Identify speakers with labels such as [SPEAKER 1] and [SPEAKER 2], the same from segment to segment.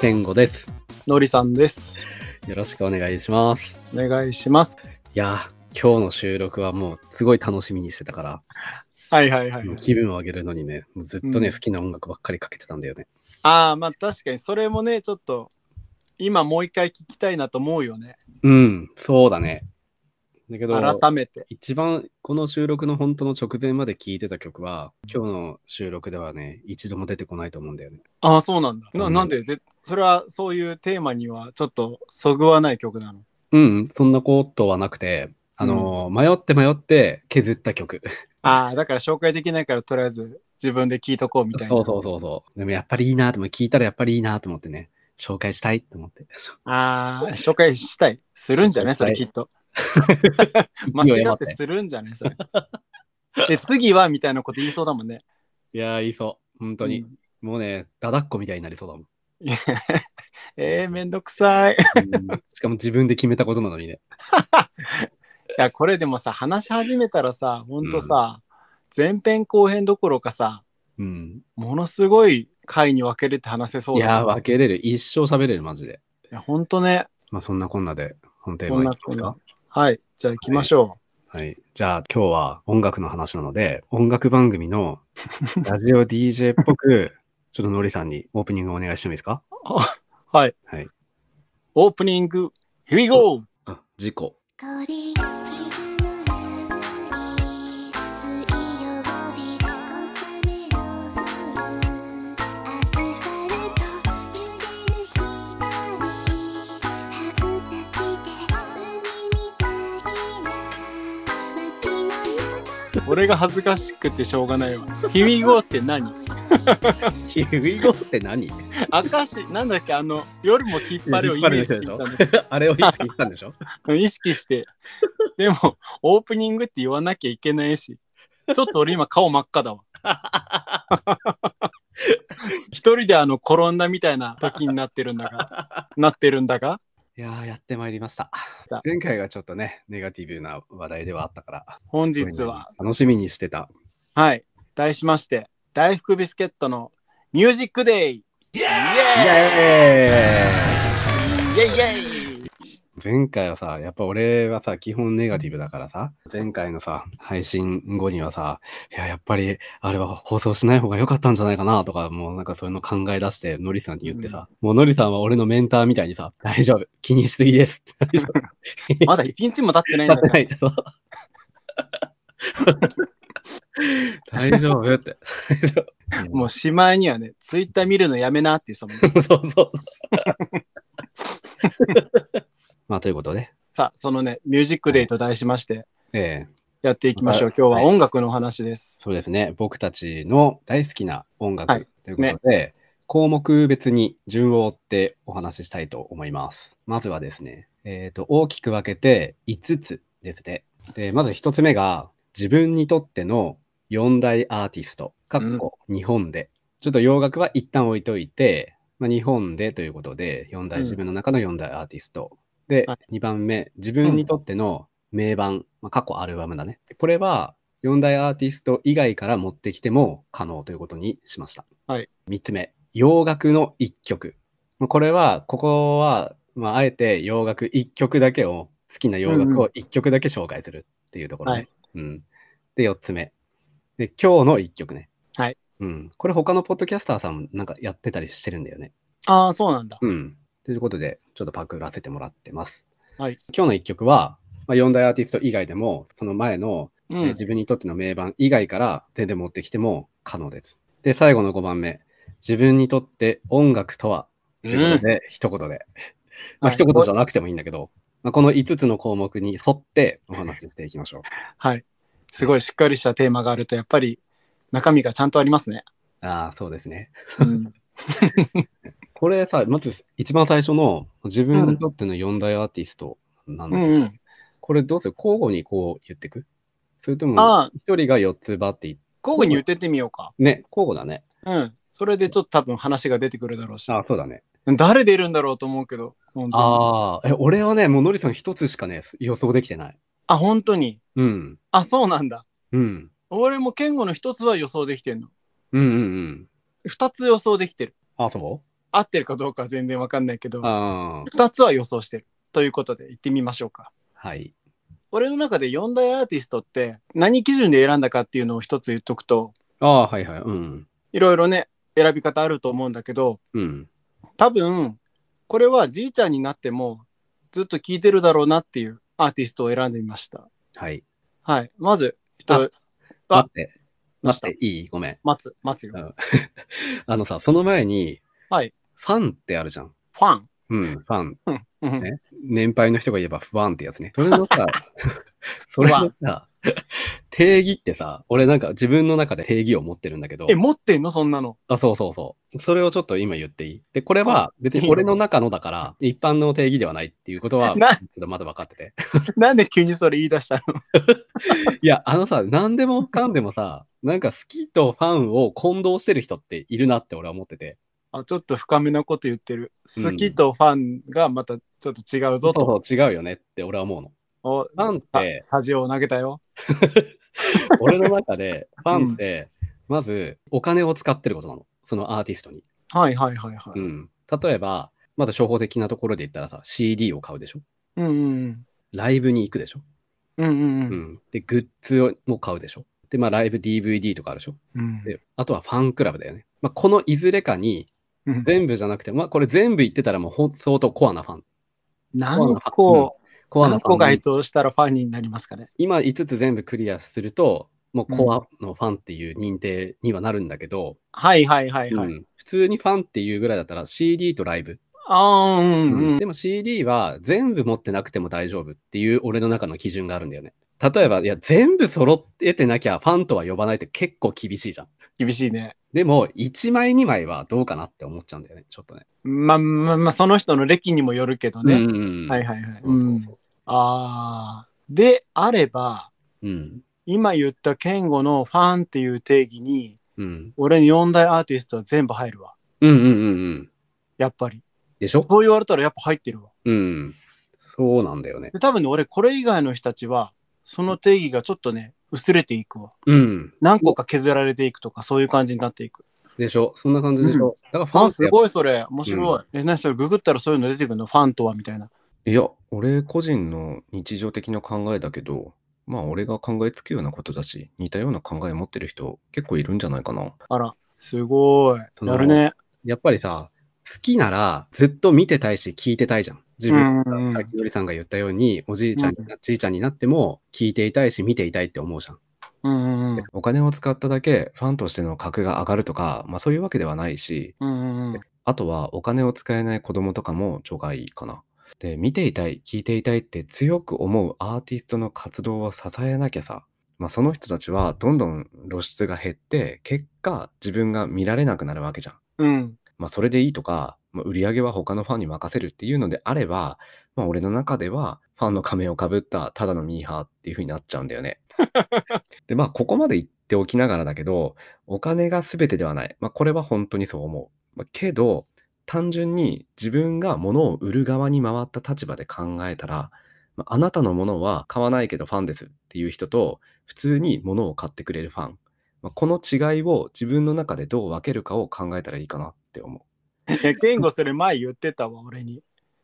[SPEAKER 1] 1.5です。
[SPEAKER 2] のりさんです。
[SPEAKER 1] よろしくお願いします。
[SPEAKER 2] お願いします。
[SPEAKER 1] いやー、今日の収録はもうすごい楽しみにしてたから、
[SPEAKER 2] はいはいはい
[SPEAKER 1] もう。気分を上げるのにね、もうずっとね、
[SPEAKER 2] うん
[SPEAKER 1] 好きな音楽ばっかりかけてたんだよね。
[SPEAKER 2] ああ、まあ確かにそれもね、ちょっと今もう一回聞きたいなと思うよね。
[SPEAKER 1] うん、そうだね。だけど、
[SPEAKER 2] 改めて。
[SPEAKER 1] 一番この収録の本当の直前まで聴いてた曲は、今日の収録ではね、一度も出てこないと思うんだよね。
[SPEAKER 2] ああ、そうなんだ。な
[SPEAKER 1] うん
[SPEAKER 2] なんででそれはそういうテーマにはちょっとそぐわない曲なの。
[SPEAKER 1] うん、そんなことはなくて、あのー迷って迷って削った曲。
[SPEAKER 2] ああ、だから紹介できないからとりあえず自分で聞いとこうみたいな。
[SPEAKER 1] そうそうそうそう。でもやっぱりいいなと思って、聞いたらやっぱりいいなと思ってね、紹介したいと思って。
[SPEAKER 2] ああ、紹介したい。するんじゃないそれきっ と。間
[SPEAKER 1] 勢い
[SPEAKER 2] 違
[SPEAKER 1] 余
[SPEAKER 2] っ
[SPEAKER 1] って
[SPEAKER 2] てするんじゃないそ れ。で、次はみたいなこと言いそうだもんね。
[SPEAKER 1] いやー、言いそう。本当に。
[SPEAKER 2] うん
[SPEAKER 1] もうね、だだっこみたいになりそうだもん。
[SPEAKER 2] いやえー、めんどくさい。い
[SPEAKER 1] しかも自分で決めたことなのにね。
[SPEAKER 2] や、これでもさ、話し始めたらさ、ほんとさ、前編後編どころかさ、
[SPEAKER 1] うん。
[SPEAKER 2] ものすごい回に分けれて話せそう
[SPEAKER 1] い
[SPEAKER 2] だね、
[SPEAKER 1] やー、分けれる。一生喋れる、マジで。
[SPEAKER 2] いや、ほんとね。
[SPEAKER 1] まあ、そんなこんなで本テー
[SPEAKER 2] こん
[SPEAKER 1] マ
[SPEAKER 2] ない
[SPEAKER 1] きますか。
[SPEAKER 2] はい、じゃあ行きましょう。
[SPEAKER 1] はい。じゃあ、今日は音楽の話なので、音楽番組 のラジオ DJ っぽく、ちょっとのりさんにオープニングお願いしてもいいですか
[SPEAKER 2] はい。
[SPEAKER 1] はい
[SPEAKER 2] オープニング、Here we go!
[SPEAKER 1] あ、事故。
[SPEAKER 3] 香り昼の流れ水曜日小雨の夜アスファルト揺れる光反射して海みたいな街の中
[SPEAKER 2] 俺が恥ずかしくてしょうがないわ。Here we go って何
[SPEAKER 1] ヒウイゴって 何
[SPEAKER 2] 明石、なんだっけ、あの、夜も引っ張れをイメージしてたんだけ
[SPEAKER 1] あれを意識したんでしょ
[SPEAKER 2] ど、意識して。でも、オープニングって言わなきゃいけないし、ちょっと俺今顔真っ赤だわ。一人であの、転んだみたいな時になってるんだが、なってるんだが、
[SPEAKER 1] いやー、やってまいりました
[SPEAKER 2] だ。
[SPEAKER 1] 前回がちょっとね、ネガティブな話題ではあったから、
[SPEAKER 2] 本日は、
[SPEAKER 1] 楽しみにしてた。
[SPEAKER 2] はい、題しまして、大福ビスケットのミュージックデイイ
[SPEAKER 1] イエ
[SPEAKER 2] イエイイエイ
[SPEAKER 1] ーイ前回はさ、やっぱ俺はさ、基本ネガティブだからさ、前回のさ、配信後にはさ、いや、やっぱり、あれは放送しない方が良かったんじゃないかなとか、もうなんかそういうの考え出して、ノリさんに言ってさ、もうノリさんは俺のメンターみたいにさ、大丈夫、気にしすぎです。大丈夫
[SPEAKER 2] まだ一日も経ってないんだ
[SPEAKER 1] 食
[SPEAKER 2] か
[SPEAKER 1] べ
[SPEAKER 2] ら
[SPEAKER 1] ないと。大丈夫って。大丈夫。
[SPEAKER 2] もうしまいにはね、ツイッター見るのやめなって言ってたもんね。
[SPEAKER 1] う、 そうそう。まあ、ということで、
[SPEAKER 2] さあ、そのね、ミュージックデイと題しまして、
[SPEAKER 1] ええ
[SPEAKER 2] やっていきましょう。
[SPEAKER 1] はい
[SPEAKER 2] 今日は音楽のお話です。
[SPEAKER 1] そうですね、僕たちの大好きな音
[SPEAKER 2] は
[SPEAKER 1] 楽
[SPEAKER 2] い
[SPEAKER 1] ということで、項目別に順を追ってお話ししたいと思います。まずはですね、えーと大きく分けて5つですね。でまず1つ目が、自分にとっての4大アーティスト、かっこ日本で。ちょっと洋楽は一旦置いといて、まあ、日本でということで、四
[SPEAKER 2] う
[SPEAKER 1] 大、
[SPEAKER 2] ん
[SPEAKER 1] 自分の中の4大アーティスト。で、
[SPEAKER 2] はい
[SPEAKER 1] 2番目、自分にとっての名盤、まあ、過去アルバムだね。でこれは4大アーティスト以外から持ってきても可能ということにしました。
[SPEAKER 2] はい、
[SPEAKER 1] 3つ目、洋楽の1曲。まあこれは、ここは、まあ、あえて洋楽1曲だけを、好きな洋楽を1曲だけ紹介するっていうところ、ね
[SPEAKER 2] はい
[SPEAKER 1] うん。で、4つ目。で、今日の1曲ね。
[SPEAKER 2] はい。
[SPEAKER 1] うん。これ他のポッドキャスターさんもなんかやってたりしてるんだよね。
[SPEAKER 2] ああ、そうなんだ。
[SPEAKER 1] うん。ということで、ちょっとパクらせてもらってます。
[SPEAKER 2] はい。
[SPEAKER 1] 今日の1曲は、まあ、4大アーティスト以外でも、その前の、
[SPEAKER 2] う
[SPEAKER 1] えー
[SPEAKER 2] ん。
[SPEAKER 1] 自分にとっての名盤以外から全然持ってきても可能です。で、最後の5番目。自分にとって音楽とはということで、一言で。まあ、
[SPEAKER 2] はい
[SPEAKER 1] 一言じゃなくてもいいんだけど、まあ、この5つの項目に沿ってお話ししていきましょう。
[SPEAKER 2] はい。すごいしっかりしたテーマがあると、やっぱり中身がちゃんとありますね。
[SPEAKER 1] ああ、 そうですね。
[SPEAKER 2] うん。
[SPEAKER 1] これさ、まず一番最初の自分にとっての4大アーティストなん
[SPEAKER 2] う
[SPEAKER 1] だけ
[SPEAKER 2] ん
[SPEAKER 1] ど、
[SPEAKER 2] うん。
[SPEAKER 1] これどうする交互にこう言ってくそれとも、
[SPEAKER 2] ああ、
[SPEAKER 1] 一人が4つばって言っ
[SPEAKER 2] 交互に言ってってみようか。
[SPEAKER 1] ね、交互だね。
[SPEAKER 2] うん。それでちょっと多分話が出てくるだろうし。
[SPEAKER 1] ああ、そうだね。
[SPEAKER 2] 誰出るんだろうと思うけど、本当に。
[SPEAKER 1] ああ、え、俺はね、もうのりさん一つしかね、予想できてない。
[SPEAKER 2] あ、本当に。
[SPEAKER 1] うん。
[SPEAKER 2] あ、そうなんだ。
[SPEAKER 1] うん。
[SPEAKER 2] 俺も健吾の一つは予想できてんの。
[SPEAKER 1] うんうんうん。
[SPEAKER 2] 二つ予想できてる。
[SPEAKER 1] あ、そう
[SPEAKER 2] 合ってるかどうかは全然わかんないけど、
[SPEAKER 1] あー
[SPEAKER 2] 2つは予想してる。ということで、行ってみましょうか。
[SPEAKER 1] はい。
[SPEAKER 2] 俺の中で4大アーティストって何基準で選んだかっていうのを一つ言っとくと、
[SPEAKER 1] ああ、はいはい。うん。
[SPEAKER 2] いろいろね、選び方あると思うんだけど、
[SPEAKER 1] うん。
[SPEAKER 2] 多分、これはじいちゃんになってもずっと聴いてるだろうなっていうアーティストを選んでみました。
[SPEAKER 1] はい。
[SPEAKER 2] はい。まず、
[SPEAKER 1] あ
[SPEAKER 2] 人、あ
[SPEAKER 1] 待って、
[SPEAKER 2] どう
[SPEAKER 1] 待
[SPEAKER 2] した
[SPEAKER 1] って、いいごめん。
[SPEAKER 2] 待つ、待つよ。
[SPEAKER 1] あのさ、その前に、
[SPEAKER 2] はい。
[SPEAKER 1] ファンってあるじゃん。
[SPEAKER 2] ファン。
[SPEAKER 1] うん、ファン。
[SPEAKER 2] うんうん
[SPEAKER 1] ね年配の人が言えば不安ってやつね。それの さ、それのさ、定義ってさ、俺なんか自分の中で定義を持ってるんだけど
[SPEAKER 2] え、、持ってんのそんなの。
[SPEAKER 1] あ、そうそうそう。それをちょっと今言っていいで、これは別
[SPEAKER 2] いい
[SPEAKER 1] に
[SPEAKER 2] よ
[SPEAKER 1] 俺の中のだから、一般の定義ではないっていうことは、ちょ
[SPEAKER 2] な
[SPEAKER 1] っとまだ分かってて。
[SPEAKER 2] なんで急にそれ言い出したの
[SPEAKER 1] いや、あのさ、何でもかんでもさ、なんか好きとファンを混同してる人っているなって俺は思ってて。
[SPEAKER 2] あちょっと深めのこと言ってる。
[SPEAKER 1] うん
[SPEAKER 2] 好きとファンがまたちょっと違うぞ
[SPEAKER 1] そう
[SPEAKER 2] と。
[SPEAKER 1] そう違うよねって俺は思うの。
[SPEAKER 2] お
[SPEAKER 1] ファンっ
[SPEAKER 2] あ
[SPEAKER 1] て、
[SPEAKER 2] サジを投げたよ。
[SPEAKER 1] 俺の中でファンって、まずお金を使ってることなの。そのアーティストに。
[SPEAKER 2] はいはいはいは
[SPEAKER 1] う
[SPEAKER 2] い。
[SPEAKER 1] ん。例えば、まず初歩的なところで言ったらさ、CD を買うでしょ
[SPEAKER 2] うんうん
[SPEAKER 1] ライブに行くでしょ
[SPEAKER 2] うん。うんう
[SPEAKER 1] う
[SPEAKER 2] んうん。
[SPEAKER 1] ん。で、グッズをも買うでしょで、まあライブ DVD とかあるでしょ
[SPEAKER 2] うん
[SPEAKER 1] で、あとはファンクラブだよね。まあこのいずれかに、
[SPEAKER 2] うん
[SPEAKER 1] 全部じゃなくて、まあこれ全部言ってたらもうほん相当コアなファン。
[SPEAKER 2] 何個、
[SPEAKER 1] コアな
[SPEAKER 2] 何
[SPEAKER 1] ファ
[SPEAKER 2] 個
[SPEAKER 1] ン
[SPEAKER 2] 該
[SPEAKER 1] に。
[SPEAKER 2] 当したらファンになりますかね。
[SPEAKER 1] 今5つ全部クリアすると、もうコアのファンっていう認定にはなるんだけど、
[SPEAKER 2] はいはいはいはい。
[SPEAKER 1] うん普通にファンっていうぐらいだったら CD とライブ、
[SPEAKER 2] ああ、うんうん。
[SPEAKER 1] でも CD は全部持ってなくても大丈夫っていう俺の中の基準があるんだよね例えばいや全部揃っててなきゃファンとは呼ばないって結構厳しいじゃん
[SPEAKER 2] 厳しいね。
[SPEAKER 1] でも1枚2枚はどうかなって思っちゃうんだよねちょっとね
[SPEAKER 2] まあまあまあ、その人の歴にもよるけどね。
[SPEAKER 1] うん
[SPEAKER 2] はいはいはい。
[SPEAKER 1] そうそうそう
[SPEAKER 2] ああ。であれば、
[SPEAKER 1] うん
[SPEAKER 2] 今言った健吾のファンっていう定義に、
[SPEAKER 1] うん
[SPEAKER 2] 俺に4大アーティストは全部入るわ。
[SPEAKER 1] うんうんうんうん
[SPEAKER 2] やっぱり。
[SPEAKER 1] でしょ
[SPEAKER 2] そう言われたらやっぱ入ってるわ。
[SPEAKER 1] うんそうなんだよね
[SPEAKER 2] で、多分ね、俺これ以外の人たちは、その定義がちょっとね、薄れていくわ。
[SPEAKER 1] うん
[SPEAKER 2] 何個か削られていくとか、そういう感じになっていく。
[SPEAKER 1] でしょそんな感じでしょ、だからファン
[SPEAKER 2] あ、
[SPEAKER 1] って
[SPEAKER 2] す
[SPEAKER 1] やっ
[SPEAKER 2] ごいそれ。面白い。え、何それググったらそういうの出てくるのファンとはみたいな。
[SPEAKER 4] いや、俺個人の日常的な考えだけど、まあ俺が考えつくようなことだし、似たような考え持ってる人結構いるんじゃないかな。
[SPEAKER 2] あら、すごい。
[SPEAKER 1] その
[SPEAKER 2] やるね。
[SPEAKER 1] やっぱりさ、好きならずっと見てたいし聞いてたいじゃん。自分、
[SPEAKER 2] うんうんうん
[SPEAKER 1] さっきのりさんが言ったように、おじいちゃんにな、じいちゃんになっても聞いていたいし見ていたいって思うじゃん。
[SPEAKER 2] うんうんうん。
[SPEAKER 4] お金を使っただけファンとしての格が上がるとか、まあそういうわけではないし、
[SPEAKER 2] うんうんうん。
[SPEAKER 4] あとはお金を使えない子供とかも除外かな。で、見ていたい、聞いていたいって強く思うアーティストの活動を支えなきゃさ、まあその人たちはどんどん露出が減って、結果自分が見られなくなるわけじゃん。
[SPEAKER 2] うん。
[SPEAKER 4] まあ、それでいいとか、まあ、売り上げは他のファンに任せるっていうのであれば、まあ、俺の中ではファンの仮面をかぶったただのミーハーっていう風になっちゃうんだよね。で、まあ、ここまで言っておきながらだけど、お金が全てではない。まあ、これは本当にそう思う。まあ、けど、単純に自分が物を売る側に回った立場で考えたら、まあ、あなたのものは買わないけどファンですっていう人と、普通に物を買ってくれるファン。まあ、この違いを自分の中でどう分けるかを考えたらいいかなって思う。
[SPEAKER 2] いや、言語それ前言ってたわ、俺に。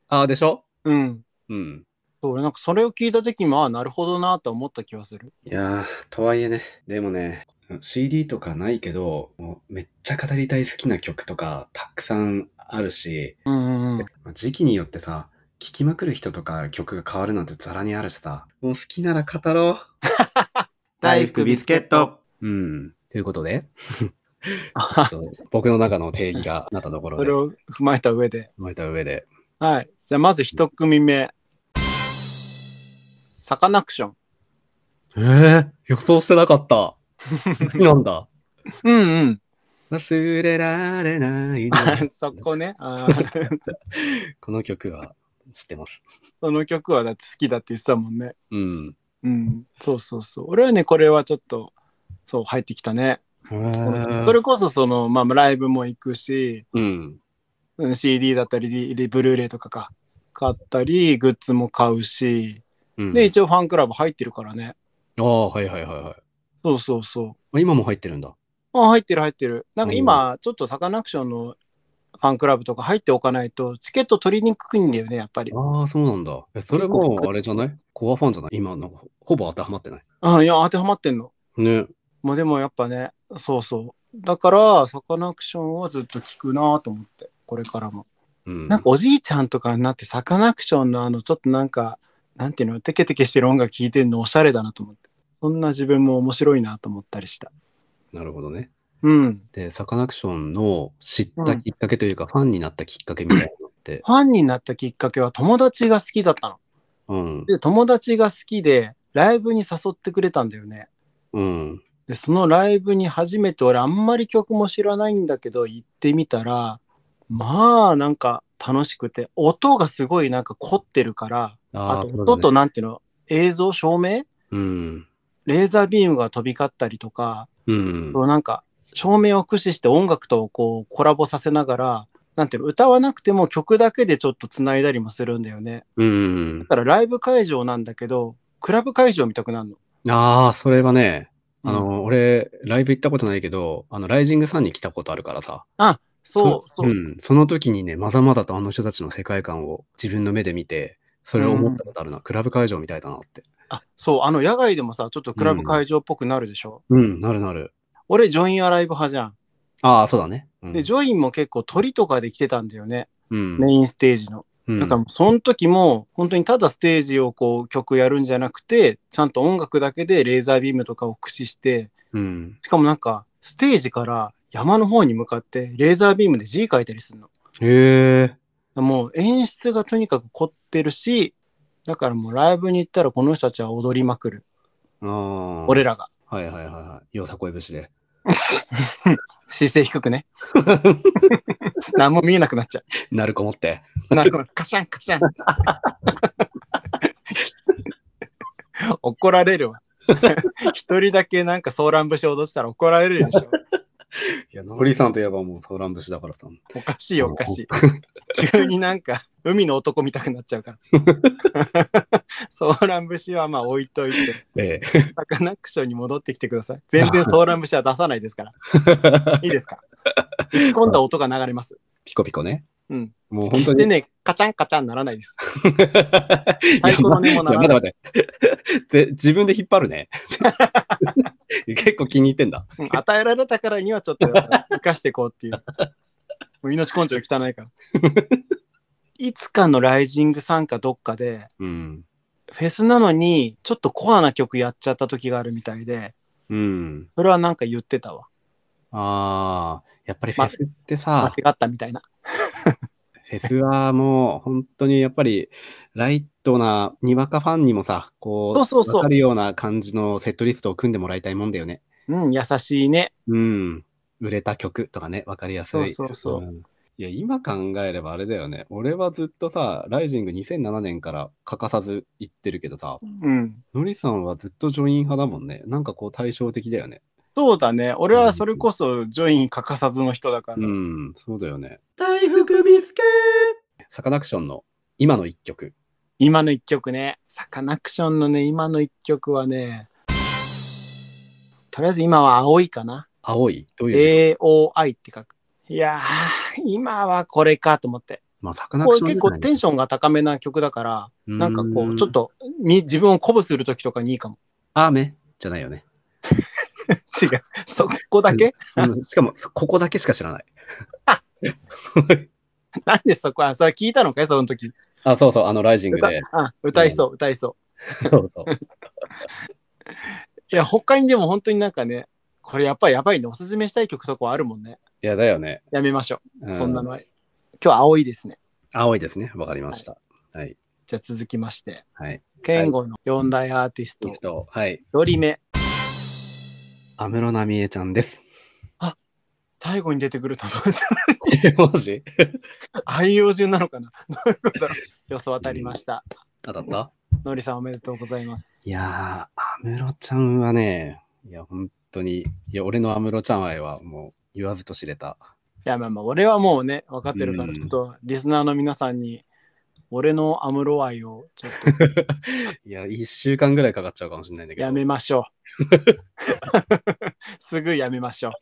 [SPEAKER 1] ああ、でしょ
[SPEAKER 2] うん。
[SPEAKER 1] うん。
[SPEAKER 2] そう、俺なんかそれを聞いた時も、あなるほどなと思った気がする。
[SPEAKER 1] いやー、とはいえね、でもね、CD とかないけど、もうめっちゃ語りたい好きな曲とかたくさんあるし、
[SPEAKER 2] うんう んうん。
[SPEAKER 1] まあ時期によってさ、聴きまくる人とか曲が変わるなんてざらにあるしさ、もう好きなら語ろ
[SPEAKER 4] 大福ビスケット。
[SPEAKER 1] う。うん。ということで、ちょっと僕の中の定義がなったところ
[SPEAKER 2] そ
[SPEAKER 1] で
[SPEAKER 2] れ、を踏まえた上で。
[SPEAKER 1] 踏まえた上で、
[SPEAKER 2] はい。じゃあまず一組目。サカナクション。
[SPEAKER 1] ええ予想してな かった。好きなんだ。
[SPEAKER 2] うんうん。
[SPEAKER 1] 忘れられないの
[SPEAKER 2] そこね。あー
[SPEAKER 1] この曲は知ってます。
[SPEAKER 2] その曲はだって好きだって言ってたもんね。
[SPEAKER 1] うん。
[SPEAKER 2] うん。そうそうそう。俺はね、これはちょっと、そう、入ってきたね。それこそその、まあ、ライブも行くし、
[SPEAKER 1] うん。
[SPEAKER 2] うん CD だったり、リリブルーレイとかか。買ったり、グッズも買うし、
[SPEAKER 1] うん
[SPEAKER 2] で、、一応ファンクラブ入ってるからね。
[SPEAKER 1] ああ、はいはいはいはい
[SPEAKER 2] そうそうそう。
[SPEAKER 1] あ。今も入ってるんだ。
[SPEAKER 2] あ、入ってる入ってる。なんか今、ちょっとサカナクションのファンクラブとか入っておかないと、チケット取りにくいんだよね、やっぱり。
[SPEAKER 1] ああ、そうなんだ。えそれもうあれじゃないコアファンじゃない今のほぼ当てはまってない。
[SPEAKER 2] あいや、当てはまってんの。
[SPEAKER 1] ね。
[SPEAKER 2] まあでもやっぱね、そうそう。だから、サカナクションはずっと聞くなと思って、これからも。
[SPEAKER 1] うん。
[SPEAKER 2] なんかおじいちゃんとかになって、サカナクションのあの、ちょっとなんか、なんていうの、テケテケしてる音楽聴いてるのおしゃれだなと思って。そんな自分も面白いなと思ったりした。
[SPEAKER 1] なるほどね。
[SPEAKER 2] うん。
[SPEAKER 1] で、サカナクションの知ったきっかけというか、ファンになったきっかけみたいなのって、
[SPEAKER 2] ファンになったきっかけは友達が好きだったの。
[SPEAKER 1] うん。
[SPEAKER 2] で、友達が好きで、ライブに誘ってくれたんだよね。
[SPEAKER 1] うん。
[SPEAKER 2] で、そのライブに初めて、俺あんまり曲も知らないんだけど、行ってみたら、まあなんか楽しくて、音がすごいなんか凝ってるから、あ
[SPEAKER 1] あー
[SPEAKER 2] と
[SPEAKER 1] そうだ
[SPEAKER 2] 音と
[SPEAKER 1] ね
[SPEAKER 2] なんていうの、映像、照明
[SPEAKER 1] うん。
[SPEAKER 2] レーザービームが飛び交ったりとか、
[SPEAKER 1] うん。
[SPEAKER 2] そうなんか照明を駆使して音楽とこうコラボさせながら、なんていうの、歌わなくても曲だけでちょっと繋いだりもするんだよね。
[SPEAKER 1] うん。
[SPEAKER 2] だからライブ会場なんだけど、クラブ会場みたくなるの。
[SPEAKER 1] ああ、それはね、あ
[SPEAKER 2] うん
[SPEAKER 1] の、俺、ライブ行ったことないけど、あの、ライジングさんに来たことあるからさ。
[SPEAKER 2] そう、そう。
[SPEAKER 1] ん。その時にね、まだまだとあの人たちの世界観を自分の目で見て、それを思ったことあるな。クラブ会場みたいだなって。
[SPEAKER 2] あ、そう、あの野外でもさ、ちょっとクラブ会場っぽくなるでしょ。
[SPEAKER 1] うん、なるなる。
[SPEAKER 2] 俺、ジョインアライブ派じゃん。
[SPEAKER 1] ああ、そうだね。うん
[SPEAKER 2] で、ジョインも結構鳥とかで来てたんだよね。
[SPEAKER 1] うん。
[SPEAKER 2] メインステージ
[SPEAKER 1] う
[SPEAKER 2] の。
[SPEAKER 1] ん
[SPEAKER 2] だからもうその時も本当にただステージをこう曲やるんじゃなくてちゃんと音楽だけでレーザービームとかを駆使して
[SPEAKER 1] うん。
[SPEAKER 2] しかもなんかステージから山の方に向かってレーザービームで字書いたりする
[SPEAKER 1] へえ。
[SPEAKER 2] の。もう演出がとにかく凝ってるしだからもうライブに行ったらこの人たちは踊りまくる
[SPEAKER 1] ああ。
[SPEAKER 2] 俺らが
[SPEAKER 1] はいはいはいはい。よさこい節で。
[SPEAKER 2] 姿勢低くね 何も見えなくなっちゃ
[SPEAKER 1] なるこもって。
[SPEAKER 2] うなるほどカシャンカシャン怒られるわ 一人だけなんかソーラン節踊ってたら怒られるでしょ
[SPEAKER 1] いや、ノリさんといえばもうソーラン節だからさ。
[SPEAKER 2] おかしいおかしい。急になんか海の男見たくなっちゃうから。 ソーラン節はまあ置いといて、
[SPEAKER 1] ええ。
[SPEAKER 2] サカナクションに戻ってきてください。全然ソーラン節は出さないですから。 いいですか打ち込んだ音が流れます。
[SPEAKER 1] ピコピコね。
[SPEAKER 2] うん。
[SPEAKER 1] もう本
[SPEAKER 2] 決
[SPEAKER 1] 当
[SPEAKER 2] して
[SPEAKER 1] に。
[SPEAKER 2] ね、カチャンカチャンならないです。
[SPEAKER 1] 太
[SPEAKER 2] 鼓の音も鳴らない
[SPEAKER 1] 待って待って。で、自分で引っ張るね。 結構気に入ってんだ。
[SPEAKER 2] うん与えられたからには ちょっとやっぱ生かしていこうっていう。もう命根性汚いから。いつかのライジング参加どっかで、
[SPEAKER 1] うん。
[SPEAKER 2] フェスなのにちょっとコアな曲やっちゃった時があるみたいで、
[SPEAKER 1] うん。
[SPEAKER 2] それはなんか言ってたわ。
[SPEAKER 1] ああ、やっぱりフェスってさ、
[SPEAKER 2] 間違ったみたいな。
[SPEAKER 1] フェスはもう本当にやっぱりライトなにわかファンにもさ、こう、
[SPEAKER 2] そうそうそう
[SPEAKER 1] わかるような感じのセットリストを組んでもらいたいもんだよね。
[SPEAKER 2] うん、優しいね。
[SPEAKER 1] うん。売れた曲とかね、わかりやすい。
[SPEAKER 2] そうそうそうん
[SPEAKER 1] いや、今考えればあれだよね。俺はずっとさ、ライジング2007年から欠かさず行ってるけどさ、
[SPEAKER 2] うん。
[SPEAKER 1] のりさんはずっとジョイン派だもんね。なんかこう対照的だよね。
[SPEAKER 2] そうだね。俺はそれこそジョイン欠かさずの人だから。
[SPEAKER 1] うん、そうだよね。大福ビスケサカナクションの今の一曲。
[SPEAKER 2] 今の一曲ね。サカナクションのね、今の一曲はね、とりあえず今は青いかな。
[SPEAKER 1] 青い。どういう字
[SPEAKER 2] AOI って書く。いやー、今はこれかと思って。
[SPEAKER 1] まあ、サカナ
[SPEAKER 2] こ
[SPEAKER 1] ク
[SPEAKER 2] れ
[SPEAKER 1] ション
[SPEAKER 2] 結構テンションが高めな曲だから、
[SPEAKER 1] ョン
[SPEAKER 2] なんかこう、ちょっ。とに自分を鼓舞する時とかにいい かも。
[SPEAKER 1] 雨じゃないよね。
[SPEAKER 2] 違う。 そこだけ
[SPEAKER 1] うんしかも、ここだけしか知らない。
[SPEAKER 2] なんでそこは、それ聞いたのかいその時。
[SPEAKER 1] あ、そうそう、あの、ライジングで。
[SPEAKER 2] あ、歌いそう、歌いそう。
[SPEAKER 1] そうそう
[SPEAKER 2] いや、他にでも本当になんかね、これやっぱりやばいね。おすすめしたい曲とかはあるもんね。
[SPEAKER 1] いや、だよね。
[SPEAKER 2] やめましょ
[SPEAKER 1] う
[SPEAKER 2] う。そんなのは。今日は青いですね。
[SPEAKER 1] 青いですね。わかりました。はい。
[SPEAKER 2] じゃあ続きまして、
[SPEAKER 1] はい。
[SPEAKER 2] ケンゴの4大アーティスト、
[SPEAKER 1] 人、はい。
[SPEAKER 2] 一人目。
[SPEAKER 1] 安室奈美恵ちゃん です。
[SPEAKER 2] 最後に出てくると思う。
[SPEAKER 1] マジ
[SPEAKER 2] 愛用順なのかなどういうことだろう予想当たりました。
[SPEAKER 1] 当たった
[SPEAKER 2] のりさんおめでとうございます。
[SPEAKER 1] いやー、安室ちゃんはね、いや、本当に、いや、俺の安室ちゃん愛はもう言わずと知れた。
[SPEAKER 2] いや、まあまあ、俺はもうね、分かってるか
[SPEAKER 1] う
[SPEAKER 2] ら、
[SPEAKER 1] ん
[SPEAKER 2] ちょっとリスナーの皆さんに、俺のアムロ愛をちょっ
[SPEAKER 1] いや、1週間ぐらい かかっちゃうかもしれないんだ
[SPEAKER 2] と
[SPEAKER 1] けど。
[SPEAKER 2] やめましょう。すぐやめましょう。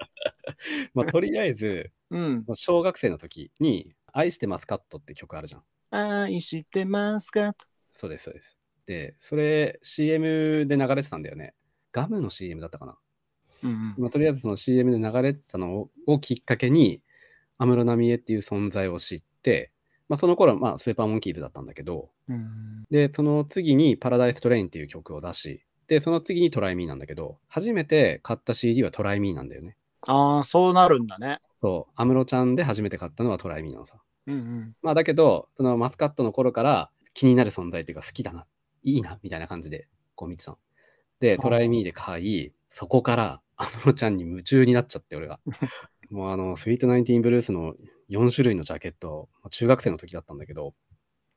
[SPEAKER 1] まあ、とりあえず、
[SPEAKER 2] うん。
[SPEAKER 1] もう小学生の時に、愛してますカットって曲あるじゃん。
[SPEAKER 2] 愛してますかと。
[SPEAKER 1] そうです、そうです。で、それ CM で流れてたんだよね。ガムの CM だったかな。
[SPEAKER 2] うんうん
[SPEAKER 1] まあ、とりあえずその CM で流れてたのををきっかけに、安室奈美恵っていう存在を知って、まあ、その頃、まあ、スーパーモンキーズだったんだけど、
[SPEAKER 2] うん。
[SPEAKER 1] で、その次にパラダイストレインっていう曲を出し、で、その次にトライミーなんだけど、初めて買った CD はトライミーなんだよね。
[SPEAKER 2] ああ、そうなるんだね。
[SPEAKER 1] そう、安室ちゃんで初めて買ったのはトライミーなのさ。
[SPEAKER 2] うん
[SPEAKER 1] まあ、だけど、そのマスカットの頃から気になる存在というか好きだな、いいな、みたいな感じで、こう見てたの。で、
[SPEAKER 2] あー
[SPEAKER 1] トライミーで買い、そこから安室ちゃんに夢中になっちゃって、俺 が。もうあの、スイートナインティーンブルースの4種類のジャケット、中学生の時だったんだけど。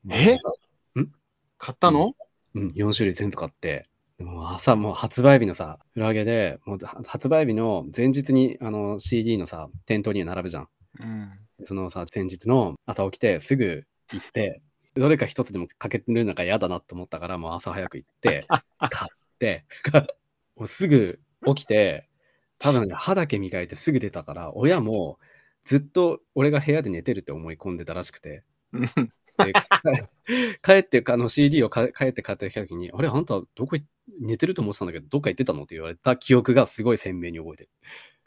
[SPEAKER 2] え買ったの、
[SPEAKER 1] うん、4種類全部買って、でも朝もう発売日のさ、裏上げで、もうは発売日の前日にあの CD のさ、店頭には並ぶじゃん。
[SPEAKER 2] うん、
[SPEAKER 1] そのさ、前日の朝起きてすぐ行って、どれか一つでも欠けてるのが嫌だなと思ったから、もう朝早く行って、買って、もうすぐ起きて、多分ね歯だけ磨いてすぐ出たから、親もずっと俺が部屋で寝てるって思い込んでたらしくて、
[SPEAKER 2] うん。
[SPEAKER 1] で帰ってあの CD をか帰って買ってきた時に「あれあんたどこ行っ寝てると思ってたんだけどどっか行ってたの?」って言われた記憶がすごい鮮明に覚えて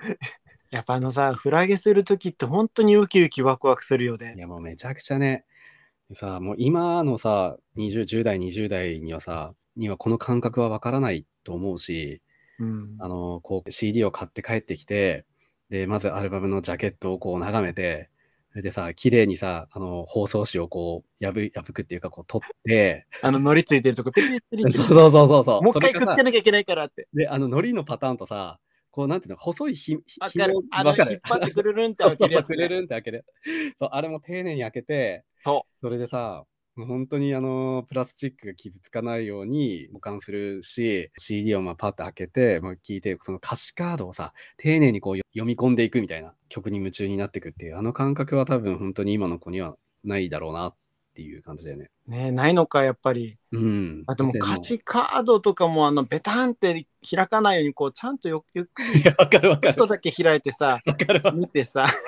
[SPEAKER 1] る。
[SPEAKER 2] やっぱあのさ、フラゲするときって本当にウキウキワクワクするよ
[SPEAKER 1] い
[SPEAKER 2] ね。
[SPEAKER 1] やもうめちゃくちゃねさあもう今のさ 20, 10代20代にはさにはこの感覚はわからないと思うし
[SPEAKER 2] うん。
[SPEAKER 1] あのこう CD を買って帰ってきてでまずアルバムのジャケットをこう眺めてそれでさ綺麗にさあの包装紙をこう破破くっていうかこう取って
[SPEAKER 2] あの、乗りついてるとこ、ピリピリ
[SPEAKER 1] そう
[SPEAKER 2] ピリ。
[SPEAKER 1] そうそうそうそう
[SPEAKER 2] もう一回
[SPEAKER 1] それ
[SPEAKER 2] くっ
[SPEAKER 1] がさ
[SPEAKER 2] つけなきゃいけないからって。
[SPEAKER 1] で、あの、海苔のパターンとさ、こう、なんていうの、細いひ、ひ
[SPEAKER 2] わかる
[SPEAKER 1] 紐。
[SPEAKER 2] あの、
[SPEAKER 1] わか
[SPEAKER 2] 引っ
[SPEAKER 1] る
[SPEAKER 2] 張ってくるるんって
[SPEAKER 1] そう
[SPEAKER 2] 落
[SPEAKER 1] そ
[SPEAKER 2] ち
[SPEAKER 1] う
[SPEAKER 2] るやつ
[SPEAKER 1] く
[SPEAKER 2] ね。
[SPEAKER 1] れるんって開けて。そう、あれも丁寧に開けて、
[SPEAKER 2] そ
[SPEAKER 1] それでさ、もう本当にあの、プラスチックが傷つかないように保管するし、CD をまあパッと開けて、まあ、聞いて、その歌詞カードをさ、丁寧にこうよ読み込んでいくみたいな曲に夢中になっていくっていう、あの感覚は多分本当に今の子にはないだろうなっていう感じだよね。
[SPEAKER 2] う。ねないのか、やっぱり。
[SPEAKER 1] うん。
[SPEAKER 2] あともう
[SPEAKER 1] だって
[SPEAKER 2] 歌詞カードとかも、あの、ベタンって開かないように、こう、ちゃんとよゆっく り
[SPEAKER 1] いやわかるわか
[SPEAKER 2] ちょっと
[SPEAKER 1] る。
[SPEAKER 2] だけ開いてさ、
[SPEAKER 1] わかるわ。
[SPEAKER 2] 見てさ、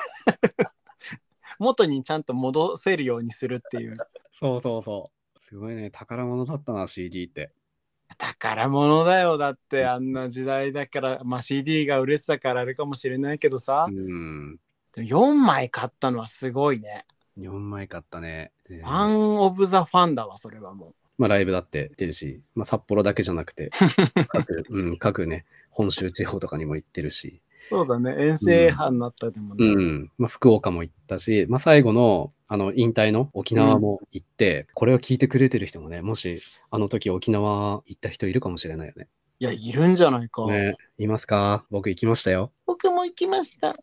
[SPEAKER 2] 元にちゃんと戻せるようにするっていう。
[SPEAKER 1] そうそうそう。すごいね、宝物だったな、CD って。
[SPEAKER 2] 宝物だよ。だって、あんな時代だから、まあ CD が売れてたからあれかもしれないけどさ
[SPEAKER 1] う、ん。
[SPEAKER 2] でも4枚買ったのはすごいね。
[SPEAKER 1] 4枚買ったね。で
[SPEAKER 2] ファン・オブ・ザ・ファンだわ、それはも
[SPEAKER 1] まあ、ライブだって出るし、まあ、札幌だけじゃなくて、各,、うん、各ね、本州地方とかにも行ってるし、
[SPEAKER 2] う。そうだね。遠征派になったでも
[SPEAKER 1] う
[SPEAKER 2] ね。
[SPEAKER 1] んまあ、福岡も行ったし、まあ、最後のあの引退の沖縄も行って、これを聞いてくれてる人もね、もしあの時沖縄行った人いるかもしれないよね。
[SPEAKER 2] いや、いるんじゃないか。
[SPEAKER 1] ねいますか僕行きましたよ。
[SPEAKER 2] 僕も行きました。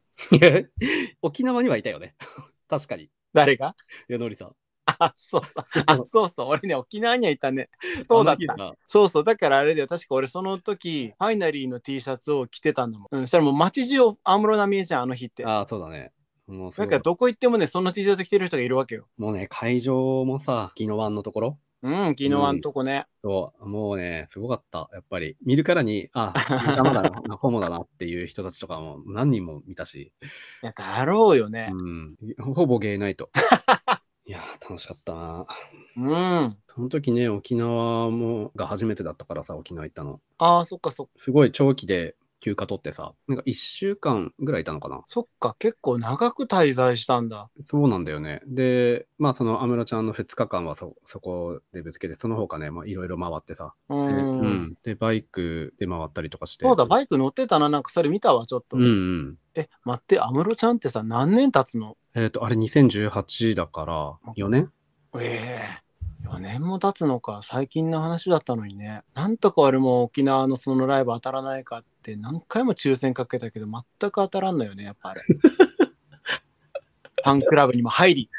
[SPEAKER 1] 沖縄にはいたよね。 確かに。い
[SPEAKER 2] 誰が
[SPEAKER 1] や、のりさん。
[SPEAKER 2] あ、そうそう。あ、そうそう。俺ね、沖縄にはいたね。そうだっ
[SPEAKER 1] あの
[SPEAKER 2] た
[SPEAKER 1] 日。さ
[SPEAKER 2] そうそう、だからあれだよ、確か俺その時、ファイナリーの T シャツを着てたんだもん。うん、そしたらもう街中、安室奈美恵じゃん、あの日って。
[SPEAKER 1] ああ、そうだね。もうす
[SPEAKER 2] な
[SPEAKER 1] ご
[SPEAKER 2] ん
[SPEAKER 1] い
[SPEAKER 2] かどこ行ってもね、その T シャツ着てる人がいるわけよ。
[SPEAKER 1] もうね、会場もさ、宜野湾のところ
[SPEAKER 2] うん、昨日あのとこね。
[SPEAKER 1] そうもうね、すごかった。やっぱり、見るからに、あ、仲間だ な、ホモだなっていう人たちとかも何人も見たし、
[SPEAKER 2] いや、だろうよね。
[SPEAKER 1] うん、ほぼゲイナ イト。いやー、楽しかったな。
[SPEAKER 2] うん。あ
[SPEAKER 1] その時ね、沖縄もが初めてだったからさ、沖縄行ったの。
[SPEAKER 2] あー、そっかそっか。
[SPEAKER 1] すごい長期で休暇取ってさ、なんか1週間ぐらいいたのかな。
[SPEAKER 2] そっか、結構長く滞在したんだ。
[SPEAKER 1] そうなんだよね。で、まあその安室ちゃんの2日間はそそこでぶつけて、その他ね、まあいろいろ回ってさ、
[SPEAKER 2] う
[SPEAKER 1] で
[SPEAKER 2] ん。
[SPEAKER 1] うんで、バイクで回ったりとかして。
[SPEAKER 2] そうだ、
[SPEAKER 1] イ
[SPEAKER 2] バイク乗ってたな、なんかそれ見たわ、ちょっと。
[SPEAKER 1] うんうん。
[SPEAKER 2] え、待って、安室ちゃんってさ、何年経つの
[SPEAKER 1] えっ、と、あれ2018だから、4年
[SPEAKER 2] ええ4年も経つのか、最近の話だったのにね。なんとか俺も沖縄のそのライブ当たらないかって何回も抽選かけたけど、全く当たらんのよね、やっ ぱあれ。ファンクラブにも入り、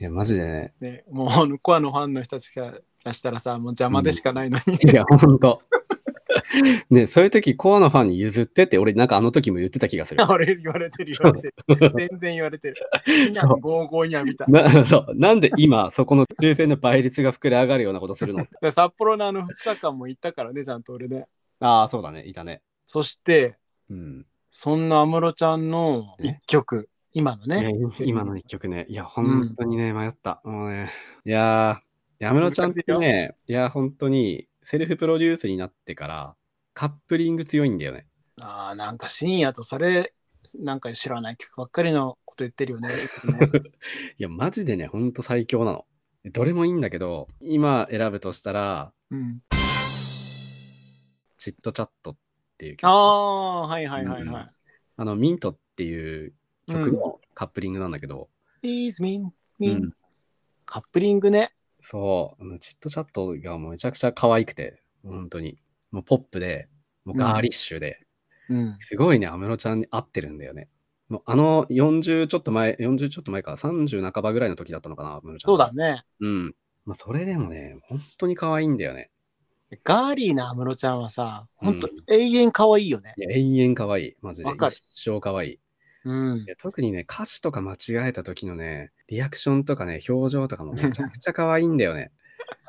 [SPEAKER 1] いや、マジでね。
[SPEAKER 2] ね、もうあのコアのファンの人たちからしたらさ、もう邪魔でしかないのに。。
[SPEAKER 1] いや、ほんと。 ね、そういう時コアのファンに譲ってって、俺なんかあの時も言ってた気が する
[SPEAKER 2] 俺言われてる言われてる。全然言われてる。みんな55には見た。
[SPEAKER 1] なそうなんで今、そこの抽選の倍率が膨れ上がるようなことするの
[SPEAKER 2] で札幌のあの2日間も行ったからね、ちゃんと俺ね。
[SPEAKER 1] ああ、そうだね、いたね。
[SPEAKER 2] そして、
[SPEAKER 1] うん。
[SPEAKER 2] そんな安室ちゃんの一曲、今の
[SPEAKER 1] いや
[SPEAKER 2] ね。
[SPEAKER 1] 今の一曲ね、いや、本当にね、迷った。もうね、いやー、安室ちゃんってね、いや、本当に、セルフプロデュースになってから、カップリング強いんだよね。
[SPEAKER 2] ああ、なんか深夜とそれ、なんか知らない曲ばっかりのこと言っ てるよね。
[SPEAKER 1] いや、マジでね、ほんと最強なの。どれもいいんだけど、今選ぶとしたら、
[SPEAKER 2] うん、
[SPEAKER 1] チットチャットっていう曲。
[SPEAKER 2] ああ、はいはいはいは
[SPEAKER 1] あの、ミントっていう
[SPEAKER 2] い。
[SPEAKER 1] 曲のカップリングなんだけど、
[SPEAKER 2] イーズミン、
[SPEAKER 1] う
[SPEAKER 2] ミン、カップリングね。
[SPEAKER 1] そう、あのチットチャットがもうめちゃくちゃ可愛くて、本当に。もうポップで、もうガーリッシュで、
[SPEAKER 2] うん。
[SPEAKER 1] すごいね、安室ちゃんに合ってるんだよね。もうあの40ちょっと前、40ちょっと前か、30半ばぐらいの時だったのかな、安室ちゃん。
[SPEAKER 2] そうだ。ね。
[SPEAKER 1] うん。まあ、それでもね、本当に可愛いんだよね。
[SPEAKER 2] ガーリーな安室ちゃんはさ、ほんと
[SPEAKER 1] うん
[SPEAKER 2] 永遠可愛いよね。
[SPEAKER 1] いや、永遠可愛い。マジで。
[SPEAKER 2] わかる
[SPEAKER 1] 一生可愛い。
[SPEAKER 2] うん
[SPEAKER 1] い。や特にね、歌詞とか間違えた時のね、リアクションとかね、表情とかもめちゃくちゃ可愛いんだよね。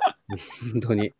[SPEAKER 1] 本当に。